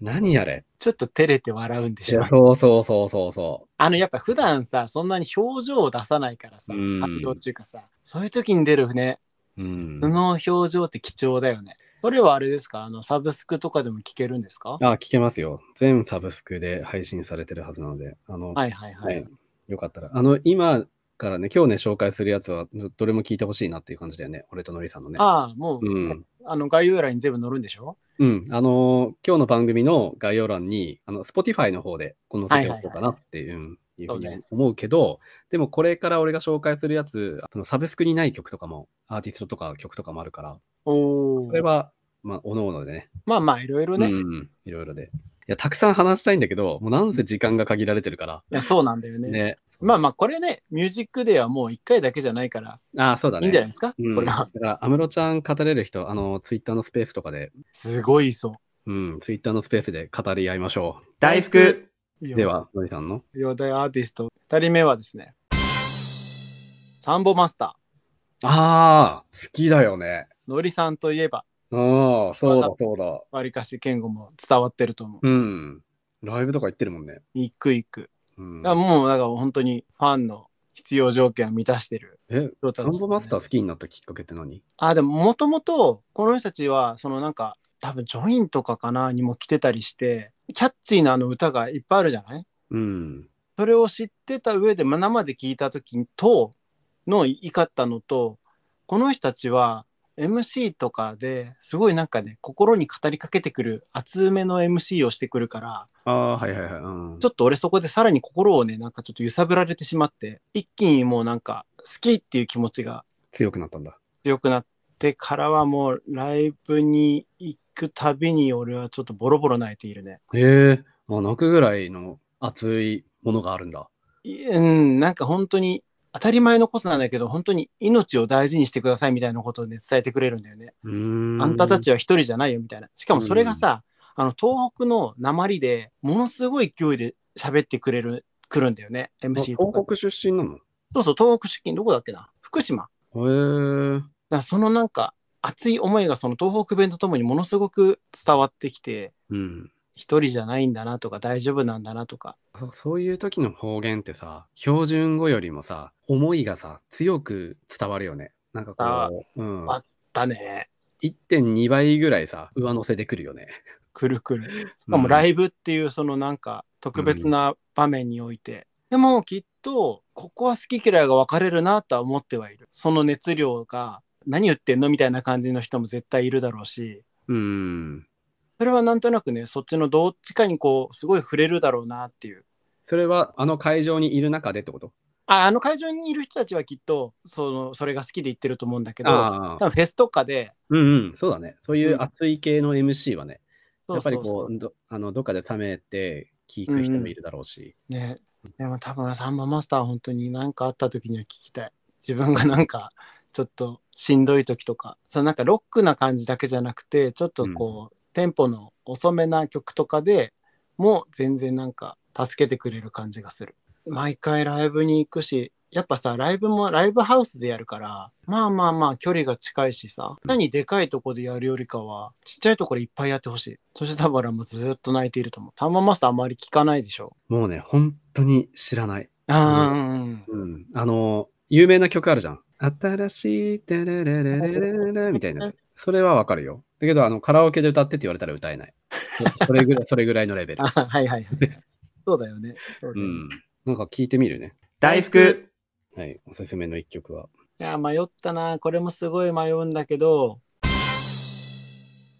[SPEAKER 1] 何あれ
[SPEAKER 2] ちょっと照れて笑うんでし
[SPEAKER 1] そ
[SPEAKER 2] ょ
[SPEAKER 1] う。そうそうそうそ
[SPEAKER 2] あの、やっぱ普段さ、そんなに表情を出さないからさ
[SPEAKER 1] うん、
[SPEAKER 2] 発表っていうかさ、そういう時に出るね、
[SPEAKER 1] う。うん
[SPEAKER 2] そ。の表情って貴重だよね。それはあれですかあの、サブスクとかでも聞けるんですか
[SPEAKER 1] あ、聞けますよ。全サブスクで配信されてるはずなので、あの、
[SPEAKER 2] はいはいは
[SPEAKER 1] はい
[SPEAKER 2] い。
[SPEAKER 1] よかったら。あの、今からね、今日ね、紹介するやつは、どれも聞いてほしいなっていう感じだよね。俺とのりさんのね。
[SPEAKER 2] ああ、もう、
[SPEAKER 1] うん。
[SPEAKER 2] あの、概要欄に全部載るんでしょ
[SPEAKER 1] うん。あのー今日の番組の概要欄に、あの、Spotify の方で、この先をこうかなっていう。うんいうふう
[SPEAKER 2] そう
[SPEAKER 1] に
[SPEAKER 2] ね
[SPEAKER 1] 思うけど、でもこれから俺が紹介するやつ、そのサブスクにない曲とかも、アーティストとか曲とかもあるから、
[SPEAKER 2] おお
[SPEAKER 1] そ。れは、まあ、おののでね、
[SPEAKER 2] まあまあ、いろいろね。
[SPEAKER 1] う
[SPEAKER 2] い
[SPEAKER 1] ん、いろいろで。いや、たくさん話したいんだけど、もうなんせ時間が限られてるから、
[SPEAKER 2] や、そうなんだよね。
[SPEAKER 1] ね。
[SPEAKER 2] まあまあ、これね、ミュージックデーはもう1回だけじゃないから、
[SPEAKER 1] ああ、そうだ
[SPEAKER 2] い
[SPEAKER 1] ね。
[SPEAKER 2] いんじゃないですか、
[SPEAKER 1] うん、
[SPEAKER 2] これ
[SPEAKER 1] だか
[SPEAKER 2] は。
[SPEAKER 1] ら、安室ちゃん語れる人、あの、ツイッターのスペースとかで、
[SPEAKER 2] すごいそう。
[SPEAKER 1] うん、ツイッターのスペースで語り合いましょ
[SPEAKER 4] 大福
[SPEAKER 1] う。では、のりさんの
[SPEAKER 2] 両大アーティスト2人目はですねサンボマスタ
[SPEAKER 1] ああ、好きだよね。
[SPEAKER 2] ーのりさんといえば
[SPEAKER 1] ああ、そうだ
[SPEAKER 2] ま、
[SPEAKER 1] そうだ。
[SPEAKER 2] わりかし健吾も伝わってると思う
[SPEAKER 1] うん。ライブとか行ってるもんね。
[SPEAKER 2] 行く行く
[SPEAKER 1] うん
[SPEAKER 2] だから、もうだから本当にファンの必要条件を満たしてる
[SPEAKER 1] え、
[SPEAKER 2] 人た
[SPEAKER 1] サ
[SPEAKER 2] ち
[SPEAKER 1] ン
[SPEAKER 2] ですね
[SPEAKER 1] ボマスター好きになったきっかけって何
[SPEAKER 2] あでももともとこの人たちはそのなんか多分ジョインとかかなにも来てたりしてキャッチーなあの歌がいっぱいあるじゃない
[SPEAKER 1] うん。
[SPEAKER 2] それを知ってた上でまあ生で聞いた時との怒ったのとこの人たちは MC とかですごいなんかね心に語りかけてくる厚めの MC をしてくるから
[SPEAKER 1] ああ、はいはいはい。うん
[SPEAKER 2] ちょっと俺そこでさらに心をねなんかちょっと揺さぶられてしまって一気にもうなんか好きっていう気持ちが
[SPEAKER 1] 強くなったんだ。
[SPEAKER 2] 強くなってからはもうライブに行くたびに俺はちょっとボロボロ泣いているね。
[SPEAKER 1] へえ、まあ、泣くぐらいの熱いものがあるんだ。
[SPEAKER 2] いうん、なんか本当に当たり前のことなんだけど本当に命を大事にしてくださいみたいなことをね伝えてくれるんだよね。
[SPEAKER 1] うーん。
[SPEAKER 2] あんたたちは一人じゃないよみたいな。しかもそれがさ、あの東北の鉛でものすごい勢いで喋ってくれる来るんだよね
[SPEAKER 1] あ、
[SPEAKER 2] MC とか
[SPEAKER 1] 東。北出身なの
[SPEAKER 2] そうそう東北出勤どこだっけな福島。だか
[SPEAKER 1] へえ。
[SPEAKER 2] らそのなんか熱い思いがその東北弁とともにものすごく伝わってきて
[SPEAKER 1] うん。
[SPEAKER 2] 一人じゃないんだなとか大丈夫なんだなとか。
[SPEAKER 1] そうそういう時の方言ってさ、標準語よりもさ、思いがさ、強く伝わるよね。なんか
[SPEAKER 2] あ
[SPEAKER 1] こう、うん、
[SPEAKER 2] わだね。
[SPEAKER 1] 1.2倍ぐらいさ、上乗せでくるよね。
[SPEAKER 2] くるくる。しかもライブっていうそのなんか特別な場面において。でもきっとここは好き嫌いが分かれるなとは思ってはいる。その熱量が何言ってんのみたいな感じの人も絶対いるだろうし。
[SPEAKER 1] うん。
[SPEAKER 2] それはなんとなくね、そっちのどっちかにこう、すごい触れるだろうなっていう。
[SPEAKER 1] それは、あの会場にいる中でってこと
[SPEAKER 2] ああの会場にいる人たちはきっとそのそれが好きで行ってると思うんだけど
[SPEAKER 1] ああ
[SPEAKER 2] 多分フェスとかで
[SPEAKER 1] うんうん、そうだね。そういう熱い系の MC はね、やっぱりこう、
[SPEAKER 2] そうそうそう
[SPEAKER 1] どあのどっかで冷めて聞く人もいるだろうし。
[SPEAKER 2] ねでも多分サンボマスターは本当に何かあった時には聞きたい自分がなんかちょっとしんどい時とかそのなんかロックな感じだけじゃなくてちょっとこう、テンポの遅めな曲とかでも全然なんか助けてくれる感じがする毎回ライブに行くしやっぱさライブもライブハウスでやるからまあまあまあ距離が近いしさ何でかいとこでやるよりかはちっちゃいとこでいっぱいやってほしいそして多分俺はもうずーっと泣いていると思うサンボマスターあまり聞かないでしょ
[SPEAKER 1] もうね、本当に知らない。
[SPEAKER 2] あーうん
[SPEAKER 1] うん。あの、有名な曲あるじゃん。新しい、テレレレレレレみたいなやつ。それはわかるよ。だけど、あの、カラオケで歌ってって言われたら歌えない。それぐらい、それぐらいのレベル
[SPEAKER 2] あ。はいはいはい。そうだよね。そう
[SPEAKER 1] う
[SPEAKER 2] だよね
[SPEAKER 1] ん。なんか聞いてみるね。
[SPEAKER 5] 大福
[SPEAKER 1] はい。おすすめの一曲は。
[SPEAKER 2] いや、迷ったな。これもすごい迷うんだけど、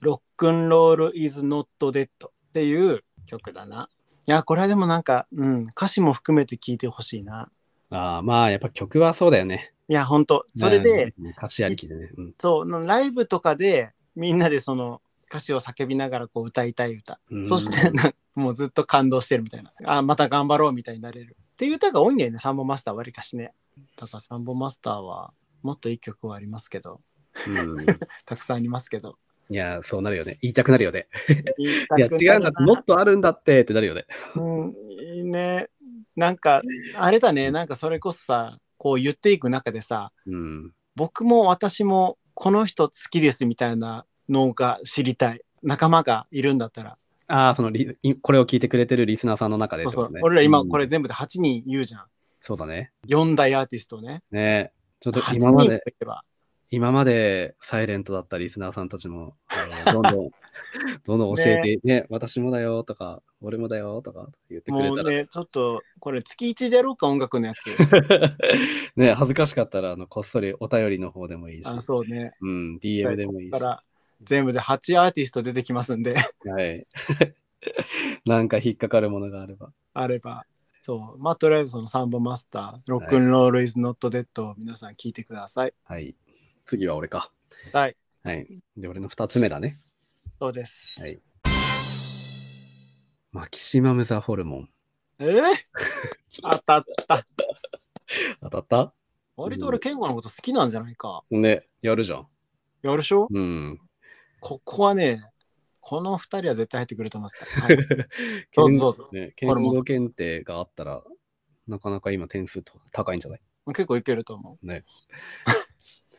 [SPEAKER 2] ロックンロール is not dead っていう曲だな。いや、これはでもなんか、うん、歌詞も含めて聴いてほしいな。
[SPEAKER 1] ああ、まあ、やっぱ曲はそうだよね。
[SPEAKER 2] いや、ほんと。それで、
[SPEAKER 1] うん、歌詞ありきでね。うん。
[SPEAKER 2] そうな、ライブとかで、みんなでその歌詞を叫びながらこう歌いたい歌。
[SPEAKER 1] うん
[SPEAKER 2] そして、なもうずっと感動してるみたいな。あ、また頑張ろうみたいになれる。っていう歌が多いんだよね、サンボマスターわりかしね。だからサンボマスターは、もっといい曲はありますけど、
[SPEAKER 1] うん
[SPEAKER 2] たくさんありますけど。
[SPEAKER 1] いや、そうなるよね。言いたくなるよね。い
[SPEAKER 2] い
[SPEAKER 1] や、違うんだって、もっとあるんだってってなるよね。
[SPEAKER 2] うん、いいね。なんか、あれだね、なんかそれこそさ、こう言っていく中でさ、
[SPEAKER 1] うん。
[SPEAKER 2] 僕も私もこの人好きですみたいなのが知りたい。仲間がいるんだったら。
[SPEAKER 1] ああ、そのリ、いこれを聞いてくれてるリスナーさんの中で
[SPEAKER 2] そう
[SPEAKER 1] って
[SPEAKER 2] そ
[SPEAKER 1] こ
[SPEAKER 2] う
[SPEAKER 1] とね。。
[SPEAKER 2] 俺ら今
[SPEAKER 1] うん
[SPEAKER 2] これ全部で8人言うじゃん。
[SPEAKER 1] そうだね。
[SPEAKER 2] 4大アーティストね。
[SPEAKER 1] ねえちょっと
[SPEAKER 2] 8人
[SPEAKER 1] 今まで
[SPEAKER 2] とい、えば。
[SPEAKER 1] 今までサイレントだったリスナーさんたちも、あのどん どん、どんどん教えて、ね、私もだよとか、俺もだよとか言ってくれ
[SPEAKER 2] も
[SPEAKER 1] た
[SPEAKER 2] う
[SPEAKER 1] ら、
[SPEAKER 2] ね、ちょっとこれ月1でやろうか、音楽のや つ。
[SPEAKER 1] ね、恥ずかしかったら、あの、こっそりお便りの方でもいいし、
[SPEAKER 2] あそうね。
[SPEAKER 1] うん、DM でもいいし
[SPEAKER 2] だか、ら全部で8アーティスト出てきますんで、
[SPEAKER 1] はい。 なんか引っかかるものがあれば。
[SPEAKER 2] あれば。そう。まあ、とりあえずそのサンボマスター、ロックンロールイズノットデッドを皆さん聞いてください。
[SPEAKER 1] はい。次は俺か。
[SPEAKER 2] はい。
[SPEAKER 1] はい。で、俺の二つ目だね。
[SPEAKER 2] そうです。
[SPEAKER 1] はいマキシマム・ザ・ホルモン。
[SPEAKER 2] えー、当たった。
[SPEAKER 1] 当たった
[SPEAKER 2] 割と俺、健吾のこと好きなんじゃないか。
[SPEAKER 1] ね、やるじゃん。
[SPEAKER 2] やるでしょ
[SPEAKER 1] うん。
[SPEAKER 2] ここはね、この二人は絶対入ってくると 思ってた。はい、どうぞどうぞ
[SPEAKER 1] ね、剣
[SPEAKER 2] ホルモン
[SPEAKER 1] 道検定があったら、なかなか今点数と高いんじゃない
[SPEAKER 2] 結構いけると思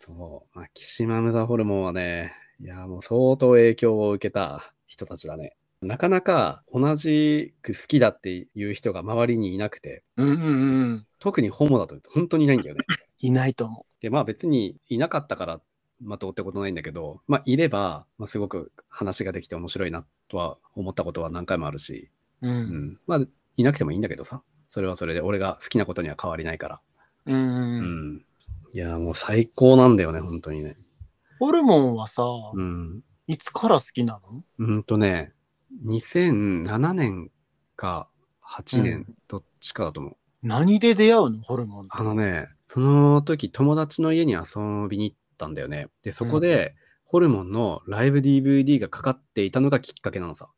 [SPEAKER 1] そう。マキシマム・ザ・ホルモンはね、いや、もう相当影響を受けた人たちだね。なかなか同じく好きだっていう人が周りにいなくて、
[SPEAKER 2] う。うんうんうん。
[SPEAKER 1] 特にホモだと本当にいないんだよね。
[SPEAKER 2] いないと思
[SPEAKER 1] で、まあ別にいなかったから、まあどうってことないんだけど、まあいれば、まあすごく話ができて面白いなとは思ったことは何回もあるし、
[SPEAKER 2] う。う。
[SPEAKER 1] うんん。まあいなくてもいいんだけどさ。それはそれで俺が好きなことには変わりないから。
[SPEAKER 2] うん、うん
[SPEAKER 1] う
[SPEAKER 2] うん
[SPEAKER 1] ん。いや、もう最高なんだよね、本当にね。
[SPEAKER 2] ホルモンはさ、
[SPEAKER 1] うん。
[SPEAKER 2] いつから好きなの
[SPEAKER 1] うんとね、2007年か8年、どっちかだと思う。
[SPEAKER 2] 何で出会うのホルモンって
[SPEAKER 1] あのね、その時友達の家に遊びに行ったんだよね。で、そこで、ホルモンのライブ DVD がかかっていたのがきっかけなのさ。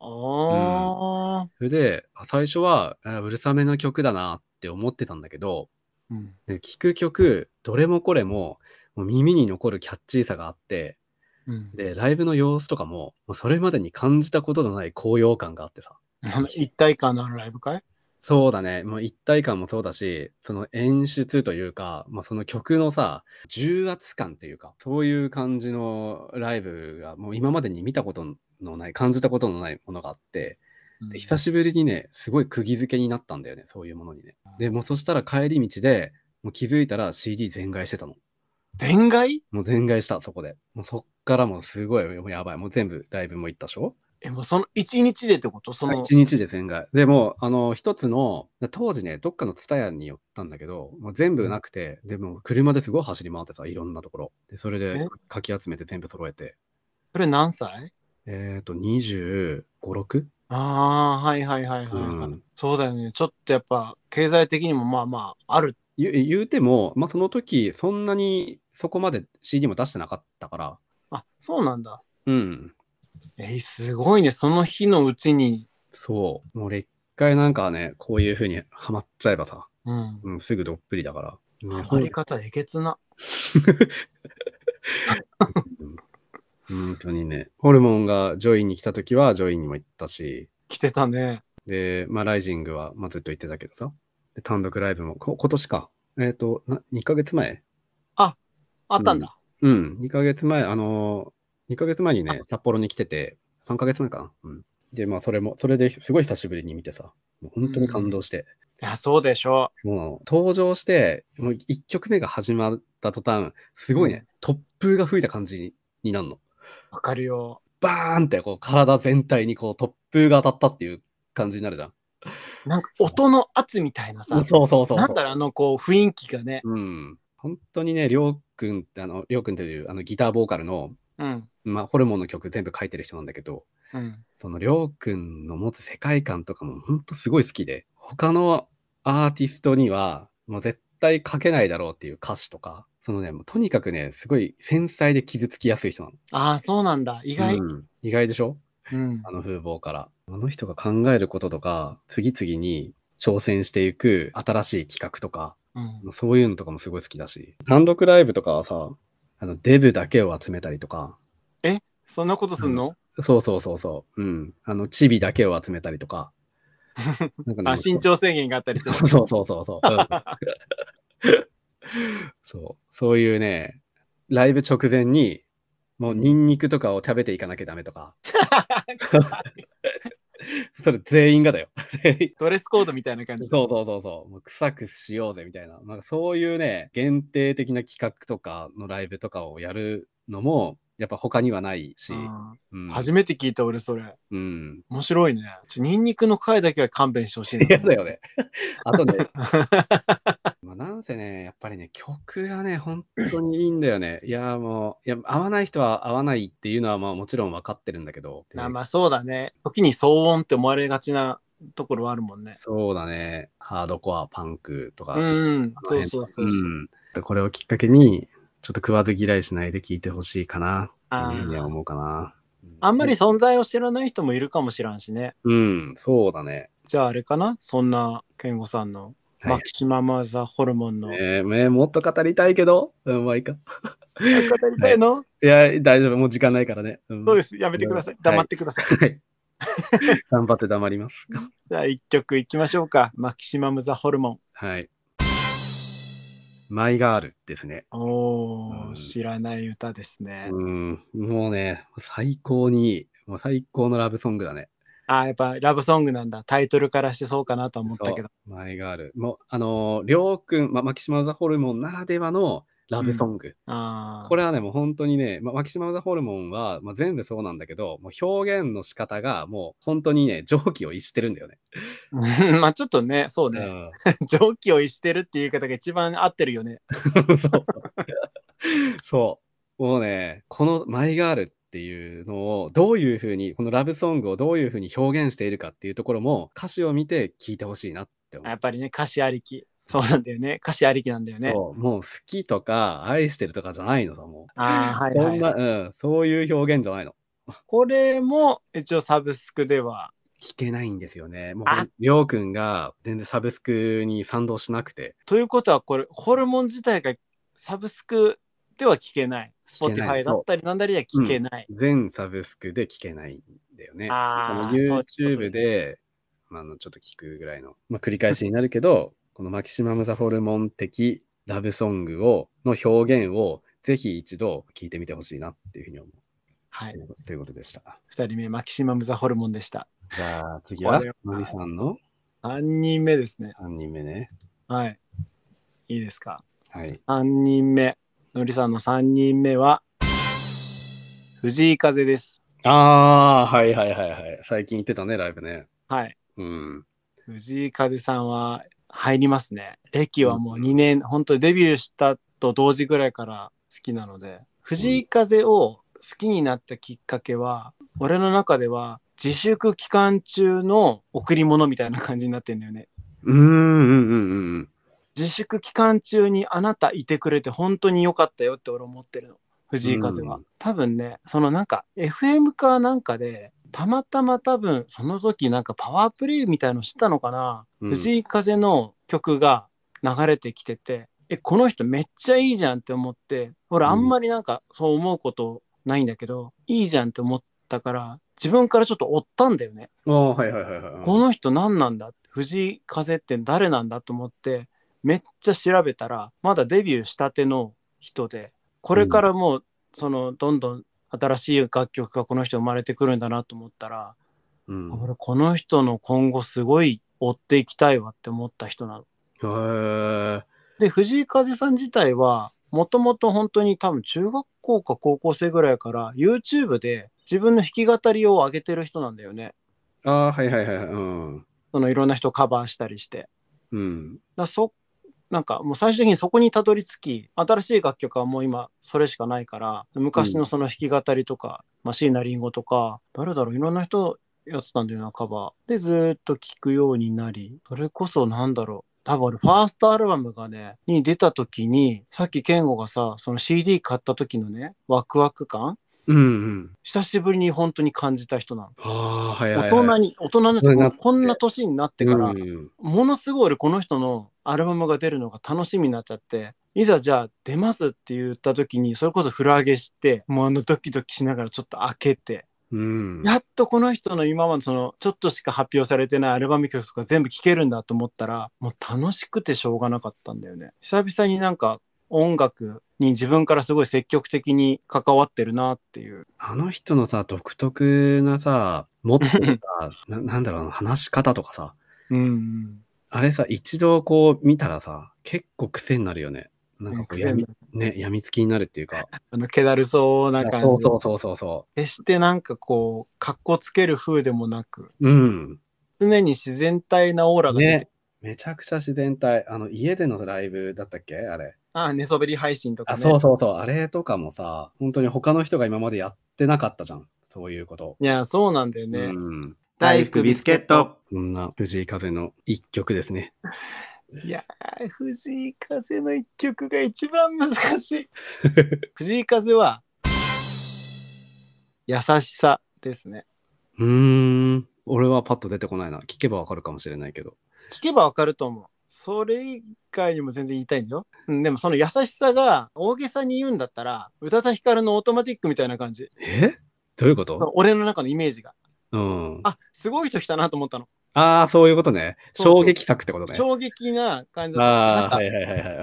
[SPEAKER 2] ああ、
[SPEAKER 1] それで、あ最初は、あうるさめの曲だなって思ってたんだけど、
[SPEAKER 2] うん。
[SPEAKER 1] ね聞く曲、どれもこれも、もう耳に残るキャッチーさがあって、
[SPEAKER 2] うん。
[SPEAKER 1] で、ライブの様子とかも、もうそれまでに感じたことのない高揚感があってさ。
[SPEAKER 2] あの一体感のあるライブ会
[SPEAKER 1] そうだね。もう一体感もそうだし、その演出というか、まあ、その曲のさ、重圧感というか、そういう感じのライブが、もう今までに見たことのない、感じたことのないものがあって、で久しぶりにね、すごい釘付けになったんだよね、そういうものにね。で、もうそしたら帰り道で、もう気づいたら CD 全買いしてたの。
[SPEAKER 2] 全外
[SPEAKER 1] もう全買いした、そこで。もうそっからもうすごい、もうやばい。もう全部ライブも行ったでしょ
[SPEAKER 2] え、もうその一日でってことその、
[SPEAKER 1] 一日で全外。でも、あの、一つの、当時ね、どっかのツタヤに寄ったんだけど、もう全部なくて、でも、車ですごい走り回ってさ、いろんなところ。で、それで
[SPEAKER 2] え
[SPEAKER 1] かき集めて全部揃えて、
[SPEAKER 2] それ何歳
[SPEAKER 1] えっ、と、25、6?
[SPEAKER 2] ああ、はいはいはいはい、はい
[SPEAKER 1] うん
[SPEAKER 2] そうだよね。ちょっとやっぱ、経済的にもまあまあ、ある。
[SPEAKER 1] 言う言うても、まあ、その時、そんなにそこまで CD も出してなかったから、
[SPEAKER 2] あ、そうなんだ。
[SPEAKER 1] うん。
[SPEAKER 2] えーすごいね。その日のうちに。
[SPEAKER 1] そう。もう俺一回なんかね、こういう風にハマっちゃえばさ、
[SPEAKER 2] うん。
[SPEAKER 1] うん、すぐどっぷりだから。
[SPEAKER 2] ハマり方えげつな。
[SPEAKER 1] 本当にね、ホルモンがジョインに来た時はジョインにも行ったし、
[SPEAKER 2] 来てたね。
[SPEAKER 1] で、まあ、ライジングは、まあ、ずっと言ってたけどさ、で単独ライブも、こ今年か、えっ、とな、2ヶ月前
[SPEAKER 2] あったんだ。
[SPEAKER 1] うん、2ヶ月前、あのー、2ヶ月前にね、札幌に来てて、3ヶ月前かな。うん。で、まあ、それも、それですごい久しぶりに見てさ、もう本当に感動して、
[SPEAKER 2] いや、そうでしょ
[SPEAKER 1] もう登場して、もう1曲目が始まった途端、すごいね、突風が吹いた感じになるの。
[SPEAKER 2] う。わかるよ。
[SPEAKER 1] バーンってこう体全体にこう突風が当たったっていう感じになるじゃん。
[SPEAKER 2] なんか音の圧みたいなさ。
[SPEAKER 1] そうそうそう。
[SPEAKER 2] なんだろう、あの、こう、雰囲気がね。
[SPEAKER 1] うん。本当にね、りょうくんって、あの、りょうくんというあのギターボーカルの、
[SPEAKER 2] うん。
[SPEAKER 1] まあ、ホルモンの曲全部書いてる人なんだけど、
[SPEAKER 2] うん。
[SPEAKER 1] そのりょうくんの持つ世界観とかも本当すごい好きで、他のアーティストにはもう絶対書けないだろうっていう歌詞とか、そのね、もうとにかくね、すごい繊細で傷つきやすい人なの。
[SPEAKER 2] ああ、そうなんだ。意外。
[SPEAKER 1] うん意外でしょ
[SPEAKER 2] うん
[SPEAKER 1] あ。の風貌から。あの人が考えることとか、次々に挑戦していく新しい企画とか、
[SPEAKER 2] うん。
[SPEAKER 1] そういうのとかもすごい好きだし。単独ライブとかはさ、あのデブだけを集めたりとか、
[SPEAKER 2] そんなことすんの
[SPEAKER 1] そうそうそうそう、うん。あの、チビだけを集めたりと か。なんかね
[SPEAKER 2] あ、身長制限があったりする。
[SPEAKER 1] そうそうそうそう。うん そう、そういうね、ライブ直前に、もうニンニクとかを食べていかなきゃダメと か、 それ全員がだよ。全員
[SPEAKER 2] ドレスコードみたいな感じ。
[SPEAKER 1] そうそうそうそう、もう臭くしようぜみたいな、なんかそういうね、限定的な企画とかのライブとかをやるのも、やっぱ他にはないし、
[SPEAKER 2] うん
[SPEAKER 1] うん、
[SPEAKER 2] 初めて聞いた俺それ
[SPEAKER 1] うん、
[SPEAKER 2] 面白いねちょニンニクの回だけは勘弁してほしいな
[SPEAKER 1] 嫌だよね。 あと ね、まあなんせね、やっぱりね、曲がね、本当にいいんだよね。いや、もう、いや、合わない人は合わないっていうのは、まあもちろん分かってるんだけど、
[SPEAKER 2] あまあそうだね時に騒音って思われがちなところはあるもんね
[SPEAKER 1] そうだね、ハードコア、パンクとか、
[SPEAKER 2] うんうん
[SPEAKER 1] あの
[SPEAKER 2] そう
[SPEAKER 1] 辺
[SPEAKER 2] そうそうそう、
[SPEAKER 1] んこれをきっかけに、ちょっと食わず嫌いしないで聞いてほしいかなっ
[SPEAKER 2] あ
[SPEAKER 1] ていうふうには
[SPEAKER 2] ー
[SPEAKER 1] 思うかな。
[SPEAKER 2] あんまり存在を知らない人もいるかもしらんしね
[SPEAKER 1] うん、そうだね。
[SPEAKER 2] じゃああれかなそんな健吾さんの
[SPEAKER 1] はい
[SPEAKER 2] マキシマム・ザ・ホルモンの、
[SPEAKER 1] えーねもっと語りたいけど、うん、まあいいか。
[SPEAKER 2] 語りたいの、
[SPEAKER 1] いや、大丈夫、もう時間ないからね。うん
[SPEAKER 2] そうですやめてください黙ってください、
[SPEAKER 1] はい。 頑張って黙ります。
[SPEAKER 2] じゃあ一曲いきましょうかマキシマム・ザ・ホルモン
[SPEAKER 1] はい。マイガールですね。
[SPEAKER 2] おー、
[SPEAKER 1] うん
[SPEAKER 2] 知らない歌ですね、
[SPEAKER 1] うん。もうね、最高にいい、もう最高のラブソングだね。
[SPEAKER 2] あーやっぱラブソングなんだタイトルからしてそうかなとは思ったけど
[SPEAKER 1] そうマイガール。もう、あのー、りょうくん、ま、マキシマムザホルモンならではのラブソング。
[SPEAKER 2] あー
[SPEAKER 1] これはね、もう本当にね、ま、マキシマムザホルモンは、まあ、全部そうなんだけど、もう表現の仕方がもう本当にね、常軌を逸してるんだよね。
[SPEAKER 2] まあちょっとねそうね、
[SPEAKER 1] ん
[SPEAKER 2] 常軌を逸してるっていう言い方が一番合ってるよね
[SPEAKER 1] そう。そう。もうね、このマイガールっていうのをどういうふうに、このラブソングをどういうふうに表現しているかっていうところも歌詞を見て聞いてほしいなって思
[SPEAKER 2] やっ
[SPEAKER 1] う。
[SPEAKER 2] ぱりね歌詞ありきそうなんだよね歌詞ありきなんだよね
[SPEAKER 1] そうもう好きとか愛してるとかじゃないのだも
[SPEAKER 2] ああ
[SPEAKER 1] う、
[SPEAKER 2] はい
[SPEAKER 1] そ
[SPEAKER 2] はい
[SPEAKER 1] ん
[SPEAKER 2] はい、
[SPEAKER 1] な、うん、そういう表現じゃないの。
[SPEAKER 2] これも一応サブスクでは
[SPEAKER 1] 聞けないんですよね。も
[SPEAKER 2] あ
[SPEAKER 1] う、りょうくんが全然サブスクに賛同しなくて。
[SPEAKER 2] ということはこれホルモン自体がサブスクでは聞けない
[SPEAKER 1] 聞けない
[SPEAKER 2] Spotify だったりなんだりは聞けない、
[SPEAKER 1] 全サブスクで聞けないんだよね。
[SPEAKER 2] あ
[SPEAKER 1] そ
[SPEAKER 2] ーそうい
[SPEAKER 1] の
[SPEAKER 2] うことね
[SPEAKER 1] YouTube で、まあ、あのちょっと聞くぐらいの、まあ、繰り返しになるけど、このマキシマム・ザ・ホルモン的ラブソングをの表現をぜひ一度聞いてみてほしいなっていうふうに思
[SPEAKER 2] はいう
[SPEAKER 1] ということでした。
[SPEAKER 2] 2人目マキシマム・ザ・ホルモンでした
[SPEAKER 1] じゃあ次は
[SPEAKER 2] これは、
[SPEAKER 1] のりさんの
[SPEAKER 2] 3人目ですね
[SPEAKER 1] 3人目ね。
[SPEAKER 2] はいいいですか
[SPEAKER 1] はい。
[SPEAKER 2] 3人目のりさんの3人目は藤井風です
[SPEAKER 1] ああー、はいはいはいはい。最近行ってたね、ライブね。
[SPEAKER 2] はい
[SPEAKER 1] うん。
[SPEAKER 2] 藤井風さんは入りますね歴はもう2年、本当にデビューしたと同時ぐらいから好きなので藤井風を好きになったきっかけは俺の中では自粛期間中の贈り物みたいな感じになってんだよね
[SPEAKER 1] うんうんうんうん。
[SPEAKER 2] 自粛期間中にあなたいてくれて本当に良かったよって俺思ってるの藤井風は、
[SPEAKER 1] うん
[SPEAKER 2] 多分ねそのなんか FM かなんかでたまたま多分その時なんかパワープレイみたいのしてたのかな、
[SPEAKER 1] うん
[SPEAKER 2] 藤井風の曲が流れてきててえこの人めっちゃいいじゃんって思って俺あんまりなんかそう思うことないんだけど、いいじゃんって思ったから自分からちょっと追ったんだよね
[SPEAKER 1] ああ、はいはいはいはい。
[SPEAKER 2] この人何なんだ藤井風って誰なんだと思ってめっちゃ調べたらまだデビューしたての人でこれからもうそのどんどん新しい楽曲がこの人生まれてくるんだなと思ったら、
[SPEAKER 1] うん、
[SPEAKER 2] 俺この人の今後すごい追っていきたいわって思った人なの。
[SPEAKER 1] へー
[SPEAKER 2] で、藤井風さん自体は、もともと本当に多分中学校か高校生ぐらいから YouTube で自分の弾き語りを上げてる人なんだよね。
[SPEAKER 1] ああ、はいはいはい。うん。
[SPEAKER 2] そのいろんな人をカバーしたりして。
[SPEAKER 1] うん。
[SPEAKER 2] だそなんかもう最終的にそこにたどり着き新しい楽曲はもう今それしかないから昔のその弾き語りとか、まあ、椎名林檎とか誰だろういろんな人やってたんだよなカバーでずーっと聴くようになりそれこそなんだろう多分俺ファーストアルバムがねに出た時にさっき健吾がさその CD 買った時のねワクワク感
[SPEAKER 1] うんうん。
[SPEAKER 2] 久しぶりに本当に感じた人なの。
[SPEAKER 1] ああ、はいはい、は
[SPEAKER 2] 大
[SPEAKER 1] い。
[SPEAKER 2] 人に、大人になって
[SPEAKER 1] 大人になって
[SPEAKER 2] こんな年になってから、
[SPEAKER 1] うん
[SPEAKER 2] ものすごい俺この人のアルバムが出るのが楽しみになっちゃっていざじゃあ出ますって言った時にそれこそフラ上げしてもうあのドキドキしながらちょっと開けて
[SPEAKER 1] うん。
[SPEAKER 2] やっとこの人の今までそのちょっとしか発表されてないアルバム曲とか全部聴けるんだと思ったらもう楽しくてしょうがなかったんだよね久々になんか音楽に自分からすごい積極的に関わってるなっていう
[SPEAKER 1] あの人のさ、独特なさ、持ってる さな、なんだろうな、話し方とかさ、
[SPEAKER 2] うん
[SPEAKER 1] あれさ、一度こう見たらさ、結構癖になるよね。な
[SPEAKER 2] うんん
[SPEAKER 1] かこう
[SPEAKER 2] 癖
[SPEAKER 1] 闇
[SPEAKER 2] に、なる
[SPEAKER 1] ね、やみつきになるっていうか。
[SPEAKER 2] あの気だるそうな感じ
[SPEAKER 1] そうそうそうそうそ
[SPEAKER 2] 決してなんかこうかっこつける風でもなく
[SPEAKER 1] う。うん。
[SPEAKER 2] 常に自然体なオーラが出て、
[SPEAKER 1] ね。めちゃくちゃ自然体。あの、家でのライブだったっけあれ。
[SPEAKER 2] ああ寝そべり配信とか
[SPEAKER 1] あ、
[SPEAKER 2] ね
[SPEAKER 1] そうそうそう。あれとかもさ、本当に他の人が今までやってなかったじゃん。そういうこと。
[SPEAKER 2] いやそうなんだよね、
[SPEAKER 1] うん。
[SPEAKER 6] 大福ビスケット。
[SPEAKER 1] こんな藤井風の一曲ですね。
[SPEAKER 2] いやー藤井風の一曲が一番難し い藤井風は優しさですね
[SPEAKER 1] うーん。俺はパッと出てこないな。聞けばわかるかもしれないけど。
[SPEAKER 2] 聞けばわかると思うそれ以外にも全然言いたいんだよ、うん、でもその優しさが大げさに言うんだったら宇多田ヒカルのオートマティックみたいな感じ
[SPEAKER 1] えどういうこ
[SPEAKER 2] その
[SPEAKER 1] と
[SPEAKER 2] 俺の中のイメージが
[SPEAKER 1] うん。
[SPEAKER 2] あすごい人来たなと思ったの
[SPEAKER 1] ああ、そういうことね。
[SPEAKER 2] そうそ
[SPEAKER 1] 衝
[SPEAKER 2] う
[SPEAKER 1] 撃作ってことね。
[SPEAKER 2] 衝撃な感じ
[SPEAKER 1] あ
[SPEAKER 2] だったなん
[SPEAKER 1] あ、
[SPEAKER 2] か
[SPEAKER 1] はいはいはいはい